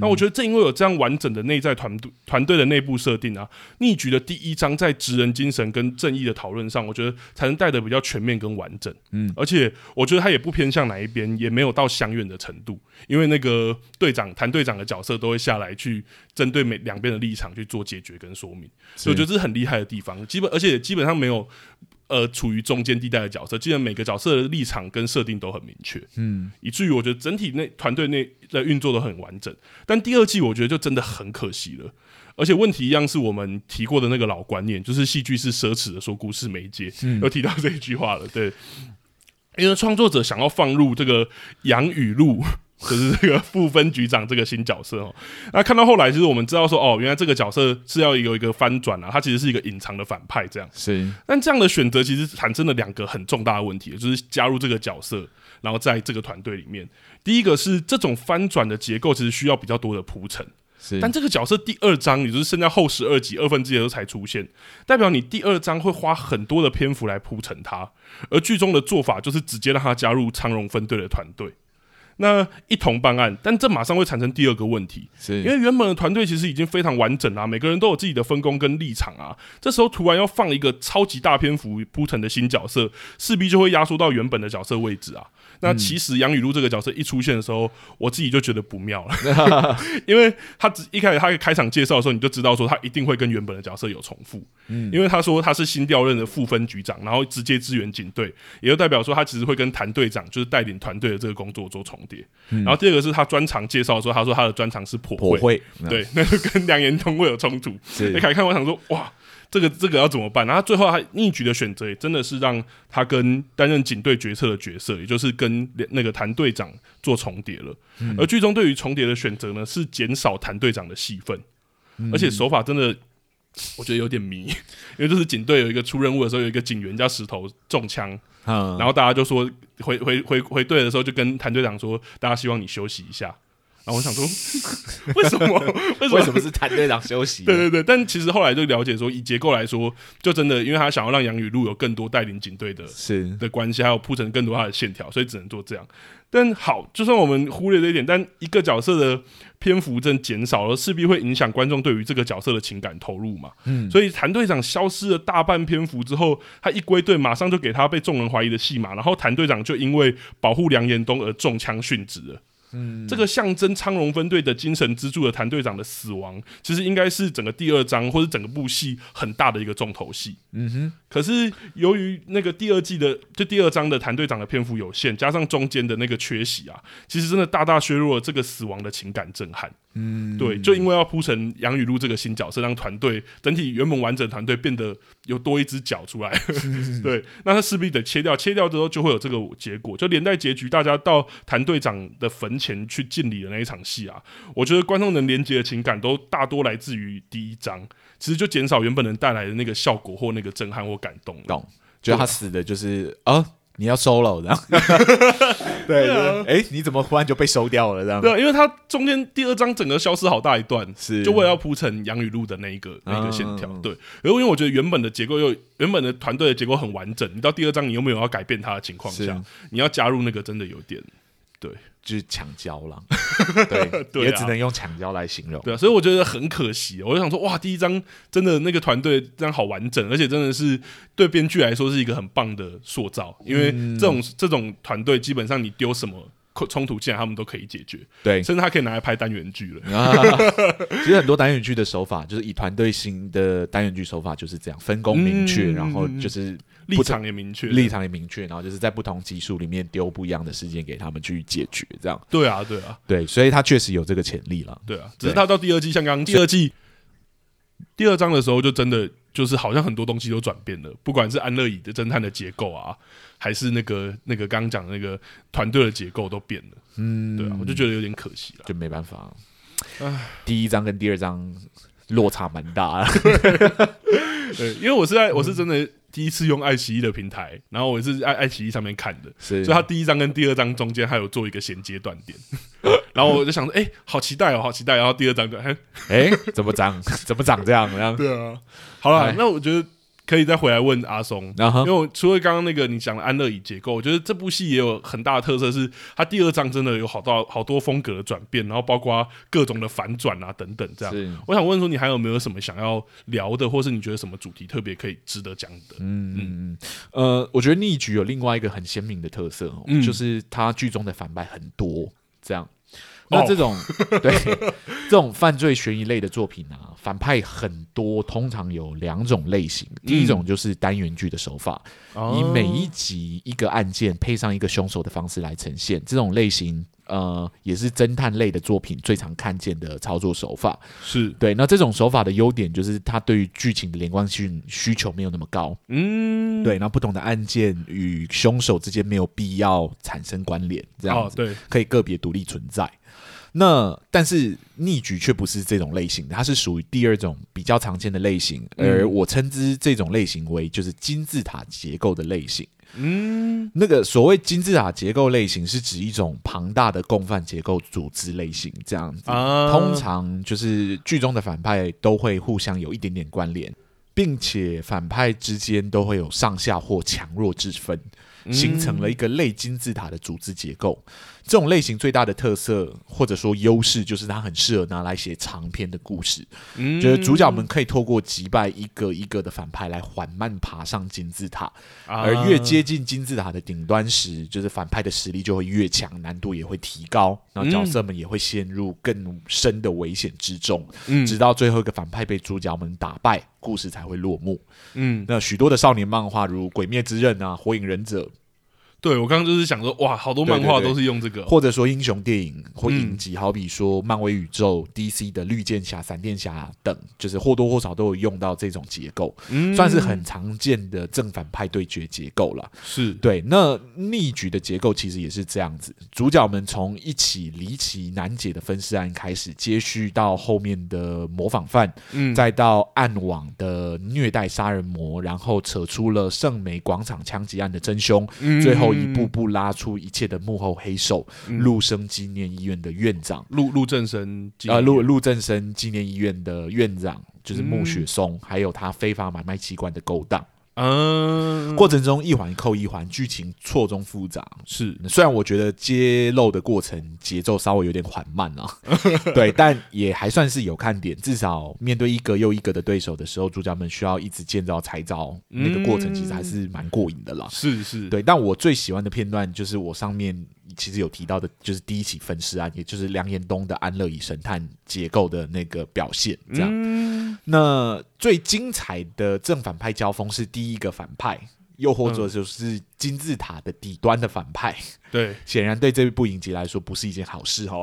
S2: 那我觉得正因为有这样完整的内在团队团队的内部设定啊，逆局的第一章在职人精神跟正义的讨论上，我觉得才能带的比较全面跟完整。
S1: 嗯
S2: 嗯，而且我觉得他也不偏向哪一边，也没有到相远的程度，因为那个队长谭队长的角色都会下来去针对每两边的立场去做解决跟说明，所以我觉得这是很厉害的地方。基本而且基本上没有。呃，处于中间地带的角色，基本每个角色的立场跟设定都很明确，
S1: 嗯
S2: 以至于我觉得整体内团队内的运作都很完整。但第二季我觉得就真的很可惜了，而且问题一样是我们提过的那个老观念，就是戏剧是奢侈的，说故事媒介，又提到这一句话了，对。因为创作者想要放入这个杨雨露，就是这个副分局长这个新角色哦。那看到后来，其实我们知道说，哦，原来这个角色是要有一个翻转啊，他其实是一个隐藏的反派这样。
S1: 是
S2: 但这样的选择其实产生了两个很重大的问题，就是加入这个角色，然后在这个团队里面，第一个是这种翻转的结构其实需要比较多的铺陈，
S1: 是，
S2: 但这个角色第二章，也就是剩下后十二集二分之一的时候才出现，代表你第二章会花很多的篇幅来铺陈它，而剧中的做法就是直接让他加入昌荣分队的团队。那一同办案，但这马上会产生第二个问题，
S1: 是
S2: 因为原本的团队其实已经非常完整啦、啊每个人都有自己的分工跟立场啊。这时候突然要放一个超级大篇幅铺陈的新角色，势必就会压缩到原本的角色位置啊。那其实杨雨露这个角色一出现的时候，我自己就觉得不妙了， 因为他只一开始他开场介绍的时候，你就知道说他一定会跟原本的角色有重复，因为他说他是新调任的副分局长，然后直接支援警队，也就代表说他其实会跟谭队长就是带领团队的这个工作做重叠。然后第二个是他专长介绍的时候，他说他的专长是破
S1: 我
S2: 会，
S1: 会，
S2: 对， 那就跟梁延通会有冲突。
S1: 是
S2: 一开始看我想说，哇，这个这个要怎么办？然后最后他逆局的选择，也真的是让他跟担任警队决策的角色，也就是跟那个谭队长做重叠了。而剧中对于重叠的选择呢，是减少谭队长的戏份，而且手法真的。我觉得有点迷，因为就是警队有一个出任务的时候，有一个警员叫石头中枪，
S1: 嗯，
S2: 然后大家就说回回回回队的时候，就跟谭队长说，大家希望你休息一下。然后我想说， 为什么？为什么
S1: 为什么是啊谭队长休息？啊
S2: 对对对，但其实后来就了解说，以结构来说，就真的因为他想要让杨雨露有更多带领警队的
S1: 是，
S2: 的关系，还有铺成更多他的线条，所以只能做这样。但好，就算我们忽略这一点，但一个角色的篇幅正减少了，势必会影响观众对于这个角色的情感投入嘛。嗯，所以谭队长消失了大半篇幅之后，他一归队，马上就给他被众人怀疑的戏码，然后谭队长就因为保护梁延东而中枪殉职了。这个象征昌荣分队的精神支柱的谭队长的死亡，其实应该是整个第二章或者整个部戏很大的一个重头戏。
S1: 嗯哼，
S2: 可是由于那个第二季的就第二章的谭队长的篇幅有限，加上中间的那个缺席啊，其实真的大大削弱了这个死亡的情感震撼。嗯，对，就因为要铺成杨雨露这个新角色，让团队整体原本完整的团队变得有多一只脚出来。对，那他势必得切掉，切掉之后就会有这个结果，就连带结局，大家到谭队长的坟前去敬礼的那一场戏啊，我觉得观众能连接的情感都大多来自于第一章。其实就减少原本能带来的那个效果或那个震撼或感动了。
S1: 懂，觉得他死的就是啊，你要 solo 这样，对
S2: 啊
S1: 对，哎，你怎么忽然就被收掉了这样？
S2: 对啊，因为它中间第二章整个消失好大一段，
S1: 是
S2: 就为了要铺成杨雨露的那一个那一个线
S1: 嗯
S2: 条。对，然后因为我觉得原本的结构又原本的团队的结构很完整，你到第二章你又没有要改变它的情况下
S1: 是，
S2: 你要加入那个真的有点
S1: 就是强交了，对，
S2: 对啊
S1: 也只能用强交来形容。
S2: 对啊，所以我觉得很可惜。哦我就想说，哇，第一章真的那个团队这样好完整，而且真的是对编剧来说是一个很棒的塑造，因为
S1: 嗯
S2: 这种、这种团队基本上你丢什么。冲突进来，他们都可以解决，
S1: 对，
S2: 甚至他可以拿来拍单元剧了。
S1: 啊，其实很多单元剧的手法，就是以团队型的单元剧手法就是这样，分工明确，
S2: 嗯
S1: 然后就是
S2: 立场也明确，
S1: 立场也明确，然后就是在不同集数里面丢不一样的事件给他们去解决，这样
S2: 对啊，对啊，
S1: 对，所以他确实有这个潜力了。
S2: 对啊。只是他到第二季，像刚刚第二季第二章的时候，就真的就是好像很多东西都转变了，不管是安乐椅的侦探的结构啊，还是那个那个刚刚讲的那个团队的结构都变了。嗯，对啊，我就觉得有点可惜了。
S1: 就没办法。第一章跟第二章落差蛮大 的，
S2: 对，因为我是在我是真的第一次用爱奇艺的平台，然后我也是在爱奇艺上面看的，
S1: 是
S2: 所以它第一章跟第二章中间还有做一个衔接断点。 然后我就想说，哎、好期待哦，好期待哦！然后第二章就，哎，
S1: 哎、怎么长 怎么长这样？然后
S2: 对啊，好了
S1: 哎，
S2: 那我觉得可以再回来问阿松，
S1: 然
S2: 因为
S1: 后
S2: 我除了刚刚那个你讲的安乐椅结构，我觉得这部戏也有很大的特色是，它第二章真的有好到好多风格的转变，然后包括各种的反转啊等等这样。
S1: 是
S2: 我想问说，你还有没有什么想要聊的，或是你觉得什么主题特别可以值得讲的？
S1: 嗯嗯呃，我觉得逆局有另外一个很鲜明的特色、哦
S2: 嗯
S1: 就是它剧中的反派很多，这样。
S2: 哦
S1: 那这 种、对这种犯罪悬疑类的作品啊，反派很多，通常有两种类型。
S2: 嗯
S1: 第一种就是单元剧的手法，
S2: 哦
S1: 以每一集一个案件配上一个凶手的方式来呈现，这种类型呃也是侦探类的作品最常看见的操作手法。
S2: 是
S1: 对，那这种手法的优点就是它对于剧情的连贯性需求没有那么高。
S2: 嗯，
S1: 对，那不同的案件与凶手之间没有必要产生关联，这样
S2: 哦
S1: 子、
S2: 对，
S1: 可以个别独立存在。那但是逆局却不是这种类型的，它是属于第二种比较常见的类型，
S2: 嗯
S1: 而我称之这种类型为就是金字塔结构的类型。
S2: 嗯
S1: 那个所谓金字塔结构类型，是指一种庞大的共犯结构组织类型，这样子。
S2: 啊，
S1: 通常就是剧中的反派都会互相有一点点关联，并且反派之间都会有上下或强弱之分，形成了一个类金字塔的组织结构。这种类型最大的特色或者说优势，就是它很适合拿来写长篇的故事。
S2: 嗯
S1: 就是主角们可以透过击败一个一个的反派来缓慢爬上金字塔，
S2: 啊
S1: 而越接近金字塔的顶端时，就是反派的实力就会越强，难度也会提高，然后角色们也会陷入更深的危险之中，
S2: 嗯
S1: 直到最后一个反派被主角们打败，故事才会落幕。
S2: 嗯，
S1: 那许多的少年漫画，如《鬼灭之刃》啊，《火影忍者》，
S2: 对我刚刚就是想说，哇，好多漫
S1: 对对
S2: 画
S1: 对
S2: 都是用这个哦，
S1: 或者说英雄电影或影集，好比说漫威宇宙、DC 的绿箭侠、闪电侠等，就是或多或少都有用到这种结构，
S2: 嗯
S1: 算是很常见的正反派对决结构了。
S2: 是
S1: 对，那逆局的结构其实也是这样子，主角们从一起离奇难解的分尸案开始，接续到后面的模仿犯，
S2: 嗯
S1: 再到暗网的虐待杀人魔，然后扯出了圣美广场枪击案的真凶，
S2: 嗯
S1: 最后一步步拉出一切的幕后黑手，
S2: 嗯
S1: 陆生纪念医院的院长。
S2: 陆陆正生纪
S1: 啊，
S2: 念
S1: 陆陆正生纪念医院的院长就是穆雪松，还有他非法买卖器官的勾当，
S2: 嗯
S1: 过程中一环扣一环，剧情错综复杂。
S2: 是
S1: 虽然我觉得揭露的过程节奏稍微有点缓慢啊， 对，但也还算是有看点。至少面对一个又一个的对手的时候，主角们需要一直见招拆招，那个过程其实还是蛮过瘾的啦。
S2: 是是，
S1: 啊对，但我最喜欢的片段就是我上面其实有提到的，就是第一起分尸案，也就是梁彦东的安乐椅神探结构的那个表现。这样，
S2: 嗯
S1: 那最精彩的正反派交锋是第一个反派，又或者就是金字塔的底端的反派。
S2: 对，
S1: 显然对这部影集来说不是一件好事哦。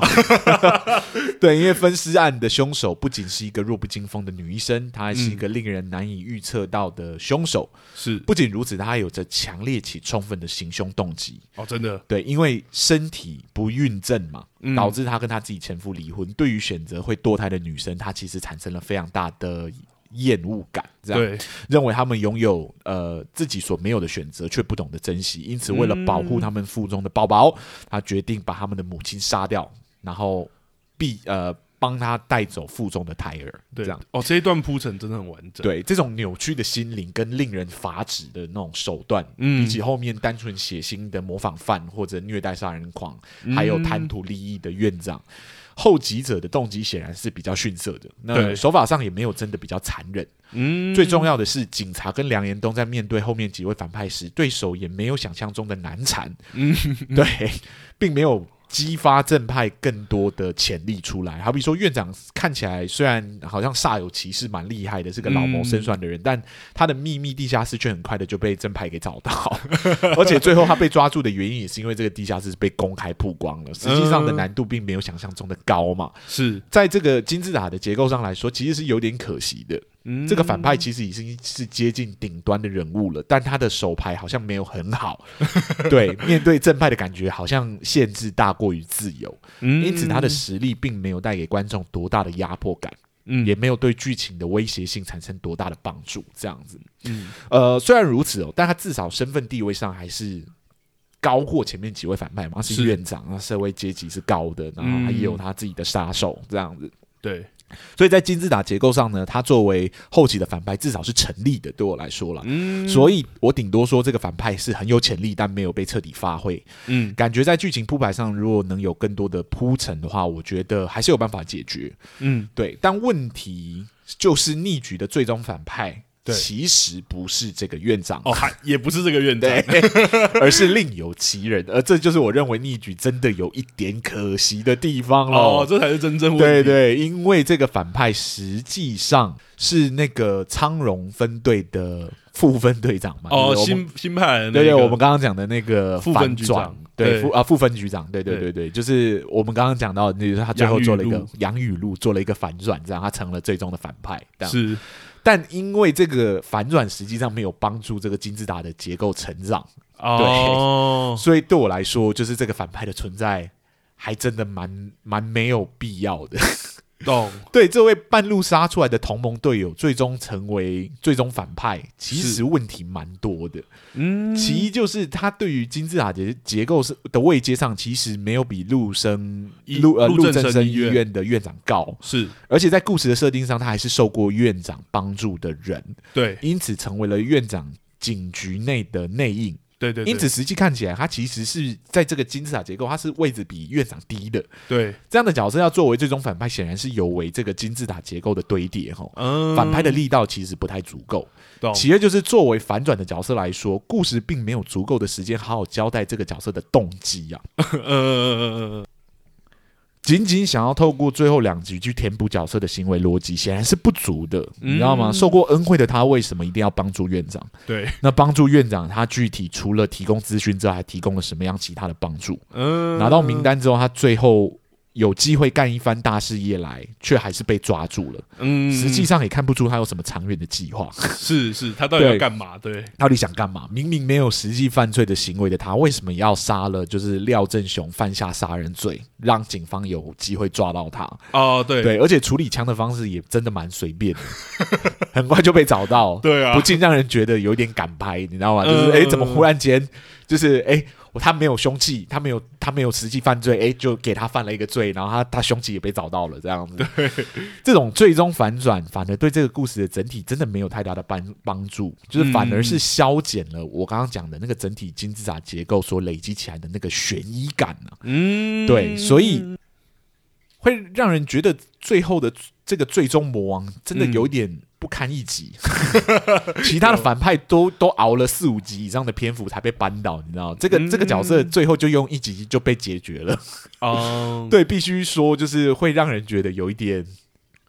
S1: 对，因为分尸案的凶手不仅是一个弱不禁风的女医生，她还是一个令人难以预测到的凶手。
S2: 是
S1: 不仅如此，她还有着强烈且充分的行凶动机。
S2: 哦，真的
S1: 对，因为身体不孕症嘛，
S2: 嗯
S1: 导致她跟她自己前夫离婚。对于选择会堕胎的女生，她其实产生了非常大的厌恶感。这样，
S2: 对，
S1: 认为他们拥有呃自己所没有的选择，却不懂得珍惜，因此为了保护他们腹中的宝宝，他决定把他们的母亲杀掉，然后必呃帮他带走腹中的胎儿。
S2: 对
S1: 这样
S2: 哦，这一段铺陈真的很完整。
S1: 对这种扭曲的心灵跟令人发指的那种手段，
S2: 嗯
S1: 比起后面单纯血腥的模仿犯或者虐待杀人狂，
S2: 嗯
S1: 还有贪图利益的院长。后及者的动机显然是比较逊色的，那
S2: 对
S1: 手法上也没有真的比较残忍，
S2: 嗯，
S1: 最重要的是，警察跟梁延东在面对后面几位反派时，对手也没有想象中的难缠，嗯， 对，并没有激发正派更多的潜力出来。好比说，院长看起来虽然好像煞有其事，蛮厉害的，是个老谋深算
S2: 嗯
S1: 的人，但他的秘密地下室却很快的就被正派给找到， 而且最后他被抓住的原因也是因为这个地下室被公开曝光了，实际上的
S2: 嗯
S1: 难度并没有想象中的高嘛。
S2: 是
S1: 在这个金字塔的结构上来说，其实是有点可惜的。
S2: 嗯
S1: 这个反派其实已经是接近顶端的人物了，但他的手牌好像没有很好， 对，面对正派的感觉好像限制大过于自由，
S2: 嗯
S1: 因此他的实力并没有带给观众多大的压迫感，
S2: 嗯
S1: 也没有对剧情的威胁性产生多大的帮助。这样子，
S2: 嗯
S1: 呃，虽然如此哦，但他至少身份地位上还是。高过前面几位反派嘛，他是
S2: 是嗯
S1: 院长，那社会阶级是高的，然后他也有他自己的杀手这样子。
S2: 对
S1: 所以在金字塔结构上呢，它作为后期的反派至少是成立的，对我来说啦。
S2: 嗯
S1: 所以我顶多说这个反派是很有潜力，但没有被彻底发挥。
S2: 嗯
S1: 感觉在剧情铺排上，如果能有更多的铺陈的话，我觉得还是有办法解决。
S2: 嗯
S1: 对，但问题就是逆局的最终反派
S2: 对
S1: 其实不是这个院长。
S2: 哦，还也不是这个院长
S1: 对， 而是另有其人，而这就是我认为逆局真的有一点可惜的地方喽。
S2: 哦，这才是真正问
S1: 对
S2: 题。
S1: 对，因为这个反派实际上是那个苍荣分队的副分队长嘛。
S2: 哦，
S1: 对我们
S2: 新新派的那
S1: 对对，
S2: 个
S1: 我们刚刚讲的那个
S2: 副
S1: 反
S2: 分局
S1: 转
S2: 长
S1: 对
S2: 对
S1: 副啊副分局长，对对对
S2: 对
S1: 对，就是我们刚刚讲到的，就是他最后
S2: 杨雨
S1: 做了一个
S2: 露
S1: 杨雨露做了一个反转，这样他成了最终的反派。这样，
S2: 是
S1: 但因为这个反转实际上没有帮助这个金字塔的结构成长，
S2: 哦，
S1: 所以对我来说，就是这个反派的存在还真的蛮蛮没有必要的。
S2: 懂
S1: 对这位半路杀出来的同盟队友，最终成为最终反派，其实
S2: 是
S1: 问题蛮多的。
S2: 嗯
S1: 其一就是他对于金字塔结结构是的位阶上，其实没有比陆生
S2: 医
S1: 陆呃
S2: 陆
S1: 陆
S2: 正
S1: 正
S2: 生
S1: 生
S2: 医
S1: 医
S2: 院
S1: 院的院长高，
S2: 是
S1: 而且在故事的设定上，他还是受过院长帮助的人，
S2: 对
S1: 因此成为了院长警局内的内应。
S2: 对对，对
S1: 因此实际看起来，他其实是在这个金字塔结构，他是位置比院长低的。
S2: 对，
S1: 这样的角色要作为最终反派，显然是有违这个金字塔结构的堆叠哈。
S2: 嗯，
S1: 反派的力道其实不太足够。
S2: 懂，
S1: 其二就是作为反转的角色来说，故事并没有足够的时间好好交代这个角色的动机啊，
S2: 呃呃呃，
S1: 仅仅想要透过最后两集去填补角色的行为逻辑，显然是不足的，你知道吗？
S2: 嗯
S1: 受过恩惠的他为什么一定要帮助院长？
S2: 对，
S1: 那帮助院长，他具体除了提供资讯之外，还提供了什么样其他的帮助？
S2: 嗯，
S1: 拿到名，单之后，他最后有机会干一番大事业来，却还是被抓住了。
S2: 嗯，
S1: 实际上也看不出他有什么长远的计划，
S2: 是是，他到底要
S1: 对
S2: 干嘛？对，
S1: 到底想干嘛？明明没有实际犯罪的行为的他，为什么要杀了就是廖正雄犯下杀人罪，让警方有机会抓到他？
S2: 哦，对
S1: 对，而且处理枪的方式也真的蛮随便的，很快就被找到。
S2: 对啊
S1: 不，禁让人觉得有一点赶拍，你知道吗？就
S2: 嗯
S1: 是哎、诶怎么
S2: 嗯
S1: 忽然间就是哎、诶我他没有凶器，他没有他没有实际犯罪，哎、就给他犯了一个罪，然后他他凶器也被找到了，这样子。这种最终反转，反而对这个故事的整体真的没有太大的帮帮助，
S2: 嗯
S1: 就是反而是消减了我刚刚讲的那个整体金字塔结构所累积起来的那个悬疑感啊呢、
S2: 嗯，
S1: 对，所以会让人觉得最后的这个最终魔王真
S2: 嗯
S1: 的有点不堪一击， 其他的反派都都熬了四五集以上的篇幅才被扳倒，你知道，这个、这个角色
S2: 嗯
S1: 最后就用一集就被解决了。
S2: 哦，
S1: 对，必须说就是会让人觉得有一点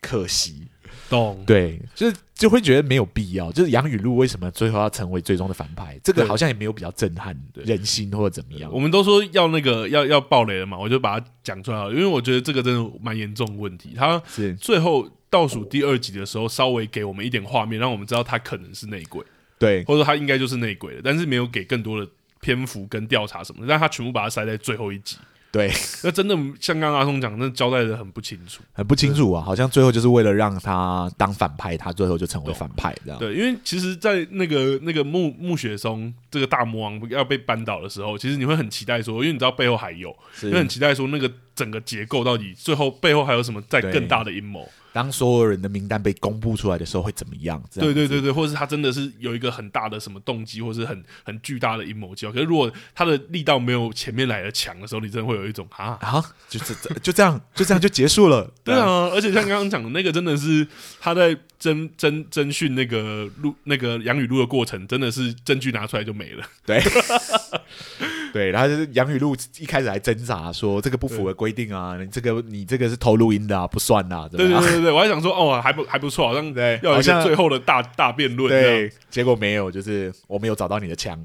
S1: 可惜，
S2: 懂，
S1: 对，就是就会觉得没有必要。就是杨雨露为什么最后要成为最终的反派，这个
S2: 对
S1: 好像也没有比较震撼人心或者怎么样
S2: 我。们都说要那个要要爆雷了嘛，我就把它讲出来好了，因为我觉得这个真的蛮严重的问题。他
S1: 是
S2: 最后倒数第二集的时候，稍微给我们一点画面，让我们知道他可能是内鬼，
S1: 对，
S2: 或者说他应该就是内鬼了，但是没有给更多的篇幅跟调查什么的，但他全部把它塞在最后一集。
S1: 对，
S2: 那真的像刚刚阿松讲，那交代的很不清楚。
S1: 很不清楚啊，好像最后就是为了让他当反派，他最后就成为反派这样。
S2: 对，因为其实，在那个那个木木雪松这个大魔王要被扳倒的时候，其实你会很期待说，因为你知道背后还有，
S1: 是
S2: 因为很期待说那个整个结构到底最后背后还有什么再更大的阴谋。
S1: 当所有人的名单被公布出来的时候会怎么样？这样
S2: 对对对对，或者是他真的是有一个很大的什么动机，或是很很巨大的阴谋计划。可是如果他的力道没有前面来的强的时候，你真的会有一种啊，
S1: 啊，就这这就这样就这样就结束了。
S2: 对啊，而且像刚刚讲的那个，真的是他在征征征讯那个录那个杨雨露的过程，真的是证据拿出来就没了。
S1: 对对，然后就是杨雨露一开始还挣扎说这个不符合规定啊，你这个你这个是偷录音的啊，不算啊，怎
S2: 对
S1: 么
S2: 对
S1: 样？
S2: 对对对，我还想说哦，还不还不错，好像
S1: 对
S2: 要有
S1: 好
S2: 一
S1: 像
S2: 个最后的大大辩论这样，
S1: 对，结果没有，就是我没有找到你的枪，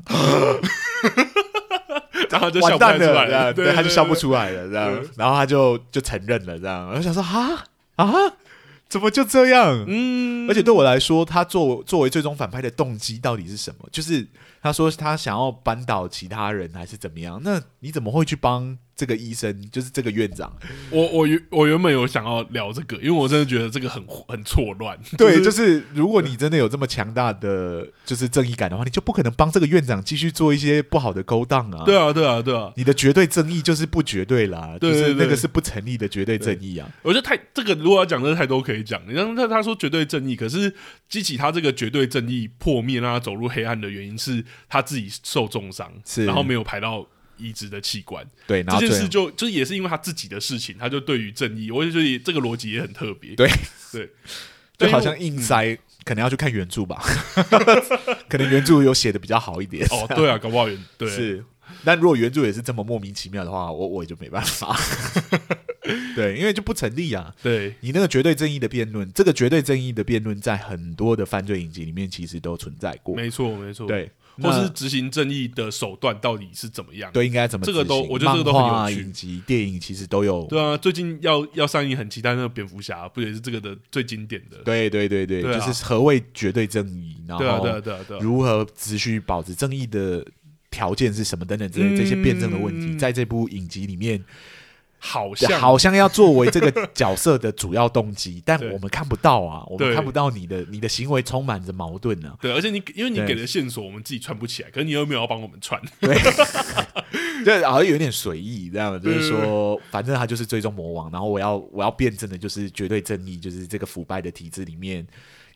S2: 然后他就笑
S1: 完
S2: 不太
S1: 蛋
S2: 出
S1: 了，
S2: 来
S1: 这样
S2: 了，
S1: 对，他就笑不出来了，这
S2: 对
S1: 样，然后他就就承认了，这样，我就想说啊啊，怎么就这样？
S2: 嗯，
S1: 而且对我来说，他作作为最终反派的动机到底是什么？就是他说他想要扳倒其他人，还是怎么样？那你怎么会去帮这个医生？就是这个院长？
S2: 我我原我原本有想要聊这个，因为我真的觉得这个很很错乱。
S1: 对，就是是如果你真的有这么强大的就是正义感的话，你就不可能帮这个院长继续做一些不好的勾当啊。
S2: 对，啊对啊对啊，
S1: 你的绝对正义就是不绝对啦，
S2: 对对
S1: 就是那
S2: 对
S1: 个是不成立的绝对正义啊。
S2: 我觉得太这个如果要讲，真的太多可以讲。你像他他说绝对正义，可是激起他这个绝对正义破灭，让他走入黑暗的原因是他自己受重伤，
S1: 是
S2: 然后没有排到移植的器官。
S1: 对，然
S2: 这
S1: 后
S2: 件
S1: 最
S2: 事
S1: 后
S2: 就就也是因为他自己的事情，他就对于正义，我就觉得这个逻辑也很特别。
S1: 对
S2: 对，
S1: 就好
S2: 因
S1: 像
S2: 为
S1: 硬塞，可能要去看原著吧， 可能原著有写的比较好一点。
S2: 我哦对啊，搞不好也对
S1: 是，但如果原著也是这么莫名其妙的话，我我也就没办法。 对，因为就不成立啊。
S2: 对
S1: 你那个绝对正义的辩论，这个绝对正义的辩论，在很多的犯罪影集里面其实都存在过。
S2: 没错没错，，
S1: 对，
S2: 或
S1: 那
S2: 是执行正义的手段到底是怎么样？
S1: 对应该怎么
S2: 这个
S1: 执
S2: 都
S1: 行
S2: 我觉得这个都很
S1: 漫
S2: 有
S1: 画、
S2: 趣
S1: 影集、电影其实都有。
S2: 对啊，最近要要上映很期待那个蝙蝠侠，不也是这个的最经典的？
S1: 对对对对，
S2: 对啊
S1: 就是何谓绝对正义，然
S2: 对啊，对啊，
S1: 后
S2: 对啊，对啊，
S1: 如何持续保持正义的条件是什么等等之类这些辩证的问题，
S2: 嗯
S1: 在这部影集里面
S2: 好像
S1: 好像要作为这个角色的主要动 机，但
S2: 对
S1: 我们看不到啊，我们
S2: 对
S1: 看不到你的你的行为充满着矛盾 啊。
S2: 对，而且你因为你
S1: 对
S2: 给的线索我们自己串不起来，可是你又没有要帮我们串，
S1: 对，就好像有点随意这样，
S2: 嗯
S1: 就是说，反正他就是最终魔王，然后我要我要辩证的就是绝对正义，就是这个腐败的体制里面。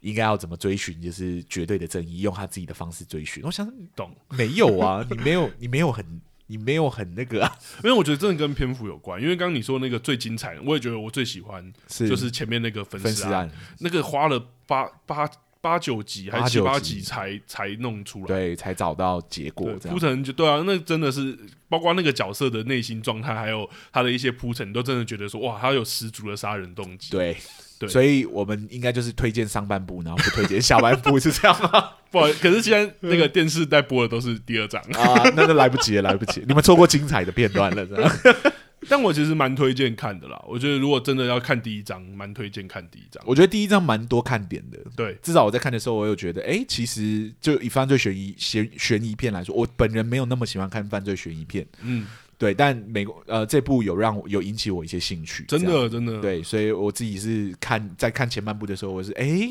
S1: 应该要怎么追寻，就是绝对的正义，用他自己的方式追寻。我想
S2: 懂，
S1: 没有啊，你没有，你没有很，你没有很那个啊，
S2: 因为我觉得真的跟篇幅有关。因为刚刚你说那个最精彩的，我也觉得我最喜欢
S1: 是啊
S2: 就是前面那个分
S1: 分
S2: 尸
S1: 尸案，
S2: 那个花了八八八九集还是七八
S1: 八九集
S2: 集才才弄出来。
S1: 对，才找到结果
S2: 对
S1: 这
S2: 铺
S1: 样。
S2: 陈就对啊，那真的是包括那个角色的内心状态，还有他的一些铺陈，都真的觉得说哇，他有十足的杀人动机。
S1: 对，
S2: 对
S1: 所以我们应该就是推荐上半部，然后不推荐下半部，是这样吗？
S2: 不好意思，可是现在那个电视在播的都是第二章，
S1: 啊， 那就来不及了，来不及了，你们错过精彩的片段了，这样。
S2: 但我其实蛮推荐看的啦。我觉得如果真的要看第一章，蛮推荐看第一章。
S1: 我觉得第一章蛮多看点的，
S2: 对，
S1: 至少我在看的时候，我有觉得，哎、其实就以犯罪悬疑悬悬疑片来说，我本人没有那么喜欢看犯罪悬疑片，
S2: 嗯，
S1: 对，但美国呃这部有让我有引起我一些兴趣，
S2: 真
S1: 这样，
S2: 的真的，
S1: 对，所以我自己是看在看前半部的时候，我是哎。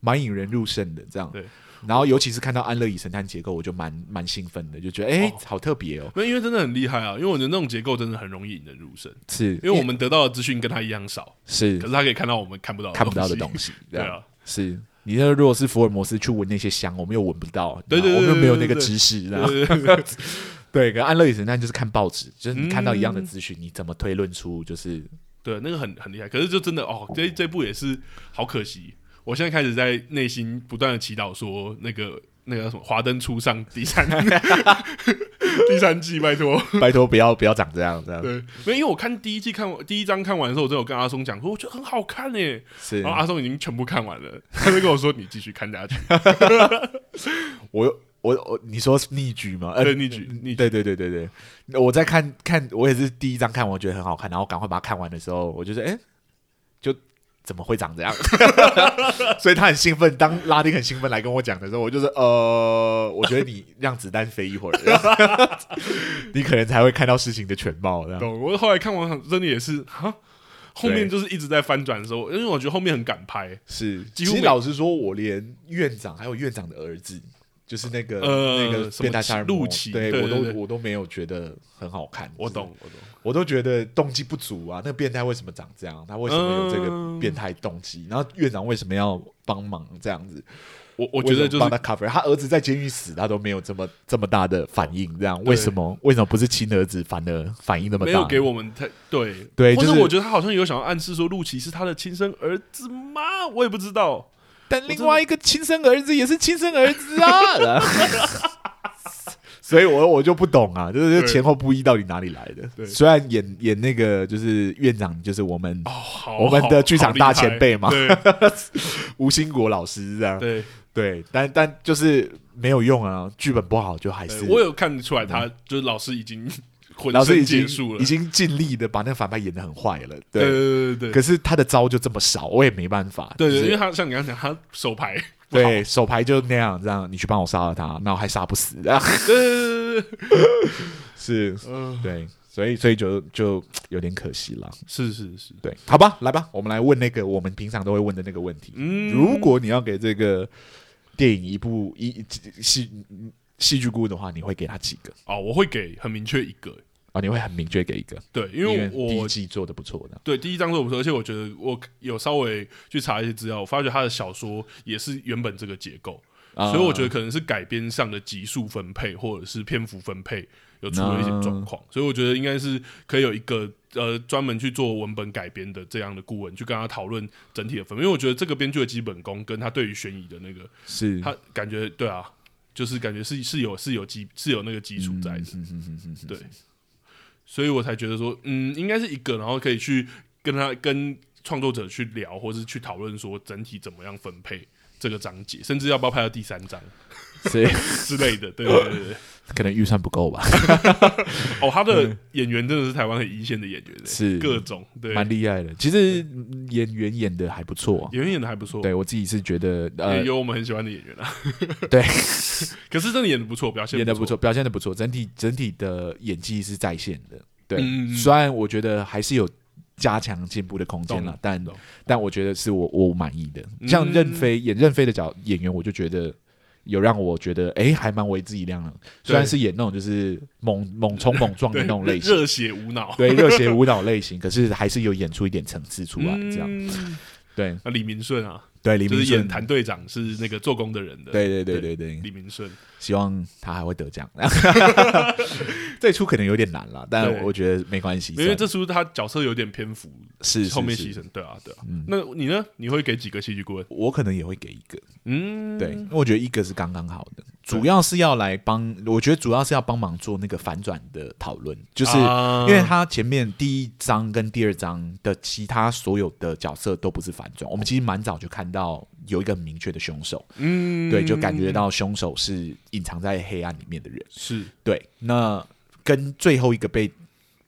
S1: 蛮引人入胜的，这样。
S2: 对。
S1: 然后，尤其是看到安乐椅神探结构，我就蛮蛮兴奋的，就觉得哎、
S2: 哦
S1: 好特别哦。
S2: 那因为真的很厉害啊，因为我觉得那种结构真的很容易引 人入胜，
S1: 是，
S2: 因为我们得到的资讯跟他一样少，
S1: 是
S2: 可是他可以看到我们看不到的
S1: 看不到的
S2: 东
S1: 东
S2: 西。
S1: 西，这
S2: 对
S1: 样。
S2: 啊，
S1: 是，你那如果是福尔摩斯去闻那些香，我们又闻不到，
S2: 对对
S1: 然后
S2: 对
S1: 我们又没有那
S2: 对对
S1: 个知识，然后
S2: 对对对
S1: 对，跟安乐椅神探就是看报纸，就是你看到一样的
S2: 嗯
S1: 资讯，你怎么推论出就是
S2: 对，那个很很厉害。可是就真的哦，这这部也是好可惜。我现在开始在内心不断的祈祷说，那个那个叫什么《华灯初上》第三 第三季，拜托。
S1: 拜托不要不要长这样这样，
S2: 对，没有，因为我看第一季看完第一章看完的时候，我真的有跟阿松讲说，我觉得很好看诶、
S1: 是
S2: 然后阿松已经全部看完了， 他就跟我说：“你继续看下去。
S1: 我我我，你说是逆局吗？”呃
S2: 对，逆局，逆局，
S1: 对对对对对，我在看看，我也是第一章看完，我觉得很好看，然后赶快把它看完的时候，我就是哎、诶就怎么会长这 样？所以他很兴奋，当拉丁很兴奋来跟我讲的时候，我就是呃，我觉得你让子弹飞一会儿， 你可能才会看到事情的全貌。这样
S2: 懂？我后来看完真的也是哈，后面
S1: 对
S2: 就是一直在翻转的时候，因为我觉得后面很敢拍，
S1: 是，
S2: 几
S1: 其
S2: 乎
S1: 实
S2: 每
S1: 老实说，我连院长还有院长的儿子。就是那个、
S2: 呃
S1: 那个
S2: 什么
S1: 变态杀人魔
S2: 陆琪
S1: 对
S2: 对
S1: 我
S2: 对
S1: 都
S2: 对
S1: 我都没有觉得很好看。
S2: 我
S1: 就是
S2: 懂，我懂。
S1: 我都觉得动机不足啊！那个变态为什么长这样？他为什么有这
S2: 嗯
S1: 个变态动机？然后院长为什么要帮忙这样子？
S2: 我
S1: 我
S2: 我觉得就是
S1: 帮他 cover。他儿子在监狱死，他都没有这么这么大的反应，这样
S2: 对
S1: 为什么？为什么不是亲儿子反而反应那么大？
S2: 哎没有给我们太对
S1: 对
S2: 或者
S1: 就是
S2: 我觉得他好像有想要暗示说陆琪是他的亲生儿子吗？我也不知道，
S1: 但另外一个亲生儿子也是亲生儿子啊！然后 所以我我就不懂啊，就是
S2: 对
S1: 前后不一到底哪里来
S2: 对
S1: 的？虽然演演那个就是院长，就是我们
S2: 哦，好，
S1: 我们
S2: 好
S1: 的剧场大前辈嘛
S2: 好厉害
S1: 吴兴国老师这样，
S2: 对
S1: 对，但但就是没有用啊，剧本不好就还
S2: 对
S1: 是嗯
S2: 对，我有看出来他就是老师已经 浑
S1: 老师
S2: 身
S1: 已
S2: 解
S1: 经
S2: 数了
S1: 已，经尽力的把那个反派演的很坏了，
S2: 对对对对
S1: 可
S2: 对
S1: 是他的招就这么少，我也没办法。
S2: 对
S1: 就
S2: 对，
S1: 是
S2: 因为他像你刚刚讲，他手牌不好
S1: 对手牌就那样，这样你去帮我杀了他，那我还杀不死啊！
S2: 对对对对对，
S1: 是，
S2: 嗯，
S1: 对，所以所以就就有点可惜了。
S2: 是是是，
S1: 对，好吧，来吧，我们来问那个我们平常都会问的那个问题。
S2: 嗯，
S1: 如果你要给这个电影一部一一戏嗯戏剧顾问的话，你会给他几个
S2: 哦，我会给很明确一个，
S1: 啊？你会很明确给一个，
S2: 对，因为
S1: 第一
S2: 我
S1: 季做的不错的。
S2: 对第一章做得不错，而且我觉得我有稍微去查一些资料，我发觉他的小说也是原本这个结构，
S1: 啊
S2: 所以我觉得可能是改编上的集数分配或者是篇幅分配有出了一些状
S1: 啊
S2: 况，所以我觉得应该是可以有一个呃专门去做文本改编的这样的顾问去跟他讨论整体的分配，因为我觉得这个编剧的基本功跟他对于悬疑的那个，
S1: 是
S2: 他感觉对啊，就是感觉是是有是有基是有那个基础在的，对，所以我才觉得说，嗯，应该是一个，然后可以去跟他跟创作者去聊，或是去讨论说整体怎么样分配。这个章节，甚至要不要拍到第三章？
S1: 是，
S2: 之类的，对对对对对。
S1: 可能预算不够吧，
S2: 哦，他的演员真的是台湾很一线的演员，
S1: 是
S2: 各种对，
S1: 蛮厉害的。其实嗯演员演的还不错啊，
S2: 演员演的还不错，
S1: 对我自己是觉得呃
S2: 也有我们很喜欢的演员啊。
S1: 对，
S2: 可是真的演的不错，表现
S1: 演的不
S2: 错。
S1: 错，表现的不错，整体整体的演技是在线的。对，
S2: 嗯嗯嗯
S1: 虽然我觉得还是有加强进步的空间
S2: 懂
S1: 了，但
S2: 懂
S1: 但我觉得是我我满意的。像
S2: 嗯
S1: 任飞、演任飞的角演员，我就觉得。有让我觉得，哎、还蛮为之一亮的。虽然是演那种就是猛猛冲猛撞的那种类型，
S2: 热血无脑，
S1: 对热血舞蹈类型，可是还是有演出一点层次出来，这样。
S2: 嗯
S1: 对
S2: 那李明顺啊，
S1: 对，李
S2: 就
S1: 明
S2: 是演
S1: 顺，
S2: 谭队长是那个做工的人的，
S1: 对对对对对，
S2: 李明顺，
S1: 希望他还会得奖。 最初可能有点难了，但
S2: 对
S1: 我觉得没关系，
S2: 因为这出他角色有点篇幅，
S1: 是
S2: 后面
S1: 是
S2: 牺
S1: 是嗯
S2: 牲，对啊对啊。那你呢？你会给几个戏剧顾问？
S1: 我可能也会给一个，
S2: 嗯，
S1: 对，因为我觉得一个是刚刚好的，主要是要来帮，我觉得主要是要帮忙做那个反转的讨论，就是
S2: 啊
S1: 因为他前面第一章跟第二章的其他所有的角色都不是反转，我们其实蛮早就看到有一个明确的凶手，
S2: 嗯
S1: 对，就感觉到凶手是隐藏在黑暗里面的人，
S2: 是
S1: 对，那跟最后一个被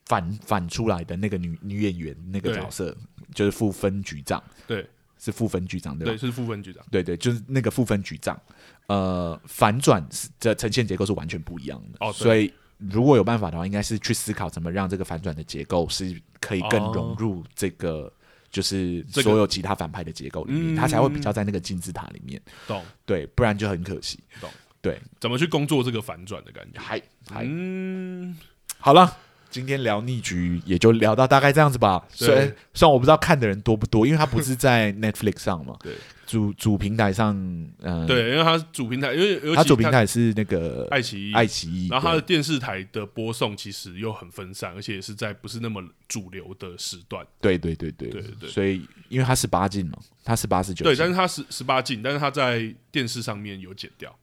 S1: 反反出来的那个女女演员那个
S2: 对
S1: 角色，就是副分局长，
S2: 对
S1: 是副分局长对吧？
S2: 对是副分局长，
S1: 对对，就是那个副分局长，呃，反转是的呈现结构是完全不一样的。
S2: 哦对
S1: 所以如果有办法的话，应该是去思考怎么让这个反转的结构是可以更
S2: 哦
S1: 融入这个。就是
S2: 这个
S1: 所有其他反派的结构里面，
S2: 嗯
S1: 他才会比较在那个金字塔里面，
S2: 懂
S1: 对，不然就很可惜。
S2: 懂
S1: 对，
S2: 怎么去工作这个反转的感觉？
S1: 还还、
S2: 嗯，
S1: 好了，今天聊逆局也就聊到大概这样子吧。
S2: 对
S1: 虽然虽然我不知道看的人多不多，因为它不是 在 Netflix 上嘛，
S2: 对
S1: 主主平台上，嗯、
S2: 对，因为它主平台，因为尤其
S1: 它主平台是那个
S2: 爱奇艺，
S1: 爱奇艺，
S2: 然后它
S1: 对
S2: 的电视台的播送其实又很分散，而且也是在不是那么主流的时段。
S1: 对对对对
S2: 对对对
S1: 所以因为它十八禁嘛，它十八十九，
S2: 对，但是它十十八禁，但是它在电视上面有剪掉。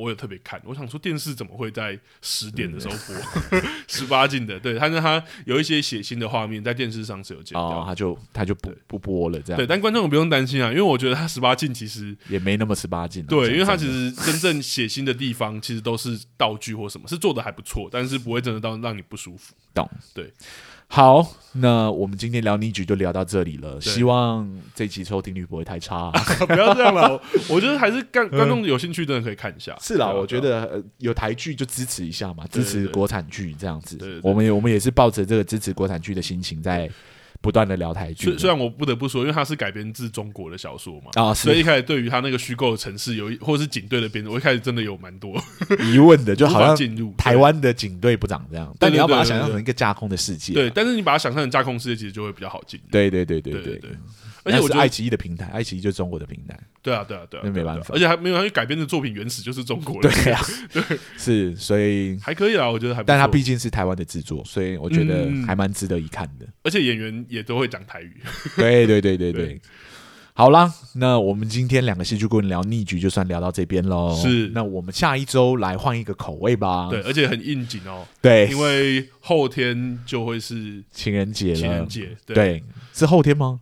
S2: 我有特别看，我想说电视怎么会在十点的时候播
S1: 嗯
S2: 十八禁的？对，但是它有一些血腥的画面在电视上是有剪
S1: 哦，
S2: 掉。
S1: 它就它就不不播了，这
S2: 对，
S1: 样哦
S2: 但观众不用担心啊，因为我觉得它十八禁其实
S1: 也没那么十八禁了。
S2: 对，因为它
S1: 它
S2: 其实真正血腥的地方，其实都是道具或什么，是做的还不错，但是不会真的到让你不 舒服。
S1: 懂
S2: 对。
S1: 好，那我们今天聊逆局就聊到这里了，希望这期收听率不会太差。啊
S2: 不要这样了，我我觉得还 是干观众有兴趣，真的可以看一下。
S1: 嗯是啦，
S2: 对啊
S1: 我觉得呃有台剧就支持一下嘛，
S2: 对
S1: 支
S2: 对
S1: 持国产剧这样
S2: 对
S1: 子
S2: 对。
S1: 我们也我们也是抱着这个支持国产剧的心情，在不断的聊台剧
S2: 虽。虽然我不得不说，因为它是改编自中国的小说嘛，
S1: 啊，
S2: 所以
S1: 是
S2: 一开始对于它那个虚构的城市有一，或是警队的编制，我一开始真的有蛮多
S1: 疑问 的，就
S2: 无
S1: 好
S2: 法
S1: 像
S2: 进入
S1: 台。湾的警队不长这样，但
S2: 对
S1: 你要把它
S2: 对对
S1: 想象
S2: 对
S1: 成一个架空的世界。啊
S2: 对，但是你把它想象成架空世界，其实就会比较好进入。
S1: 对对对对
S2: 对对
S1: 对
S2: 对，而
S1: 那
S2: 且我
S1: 是
S2: 觉
S1: 爱
S2: 得，
S1: 奇艺的平台，爱奇艺就是中国的平台，
S2: 对啊，对啊，对啊，
S1: 那没
S2: 对啊
S1: 办法
S2: 对啊而且还没有，它改编的作品原始就是中国的，
S1: 对啊，是，所以，
S2: 还可以啊啦，我觉得还不错。
S1: 但它毕竟是台湾的制作，所以我觉得
S2: 嗯
S1: 还蛮值得一看的。
S2: 而且演员也都会讲台语，
S1: 对对对对对
S2: 对。
S1: 好啦，那我们今天两个戏剧顾问聊逆局，就算聊到这边喽。
S2: 是
S1: 那我们下一周来换一个口味吧。
S2: 对，而且很应景哦，
S1: 对，
S2: 因为后天就会是
S1: 情人节了，
S2: 情人节，对
S1: 对，是后天吗？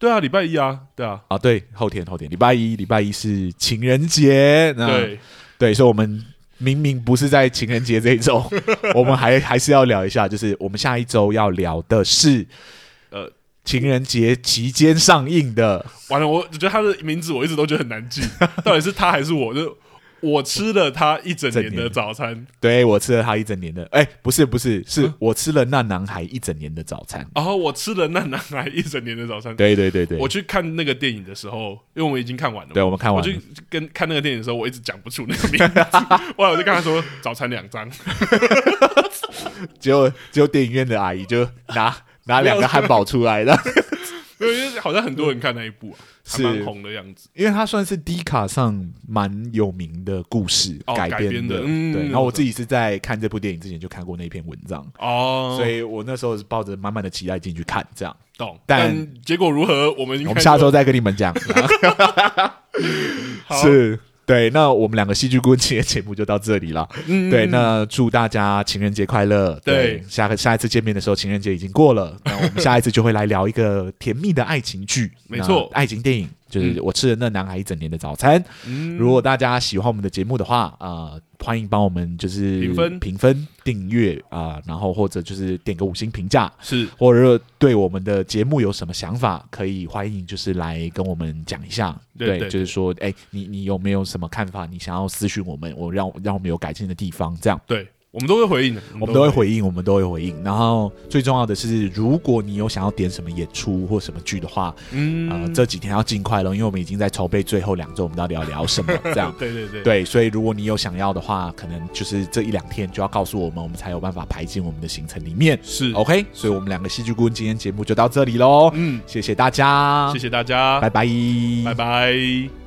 S2: 对啊，礼拜一啊，对啊，
S1: 啊，对，后天后天，礼拜一，礼拜一是情人节。那
S2: 对，
S1: 对，所以我们明明不是在情人节这一 周，我们还还是要聊一下，就是我们下一周要聊的是，呃
S2: 呃，
S1: 情人节期间上映的，
S2: 完了，我我觉得他的名字我一直都觉得很难记，到底是他还是我？ 就是我吃了他一整年的早餐
S1: 对我吃了他一整年的，哎，不是不是，是我吃了那男孩一整年的早餐。
S2: 然后我吃了那男孩一整年的早餐。
S1: 对对对对
S2: 我，去看那个电影的时候，因为我们已经看完了嘛，
S1: 对我们看
S2: 我
S1: 完了
S2: 去跟看那个电影的时候，我一直讲不出那个名 字，后来我就跟他说早餐两张，
S1: 结果结果电影院的阿姨就拿 拿两个汉堡出来了，
S2: 因为好像很多人看那一部啊，还
S1: 是
S2: 蛮红的样子。
S1: 因为它算是 D 卡上蛮有名的故事
S2: 哦改
S1: 编
S2: 编
S1: 的
S2: 的，嗯
S1: 对。然后我自己是在看这部电影之前就看过那篇文章，
S2: 哦，
S1: 所以我那时候是抱着满满的期待进去看，这样。
S2: 懂，
S1: 但
S2: 但结果如何，我们应该
S1: 我们下周再跟你们讲，
S2: 好，
S1: 是。对，那我们两个戏剧顾问今天节目就到这里了。
S2: 嗯
S1: 对，那祝大家情人节快乐。对，
S2: 对
S1: 下个下一次见面的时候，情人节已经过 了，那我们下一次就会来聊一个甜蜜的爱情剧，
S2: 没错嗯
S1: 那爱情电影就是我吃了那男孩一整年的早餐。如果大家喜欢我们的节目的话，呃，欢迎帮我们就是
S2: 评分
S1: 评分、订阅啊、然后或者就是点个五星评价。
S2: 是
S1: 或者是对我们的节目有什么想法，可以欢迎就是来跟我们讲一下。
S2: 对对
S1: 就是说，哎、你你有没有什么看法？你想要私讯我们，我让让我们有改进的地方，这样。
S2: 对，我们都会回应的，
S1: 我们都会。回应，我们都会回应。然后最重要的是，如果你有想要点什么演出或什么剧的话，
S2: 嗯，
S1: 呃，这几天要尽快了，因为我们已经在筹备最后两周，我们到底要聊 什么这样。
S2: 对对对，
S1: 对，所以如果你有想要的话，可能就是这一两天就要告诉我们，我们才有办法排进我们的行程里面。
S2: 是
S1: OK，所以我们两个戏剧顾问今天节目就到这里喽，
S2: 嗯，
S1: 谢谢大家，
S2: 谢谢大家，
S1: 拜拜，拜
S2: 拜拜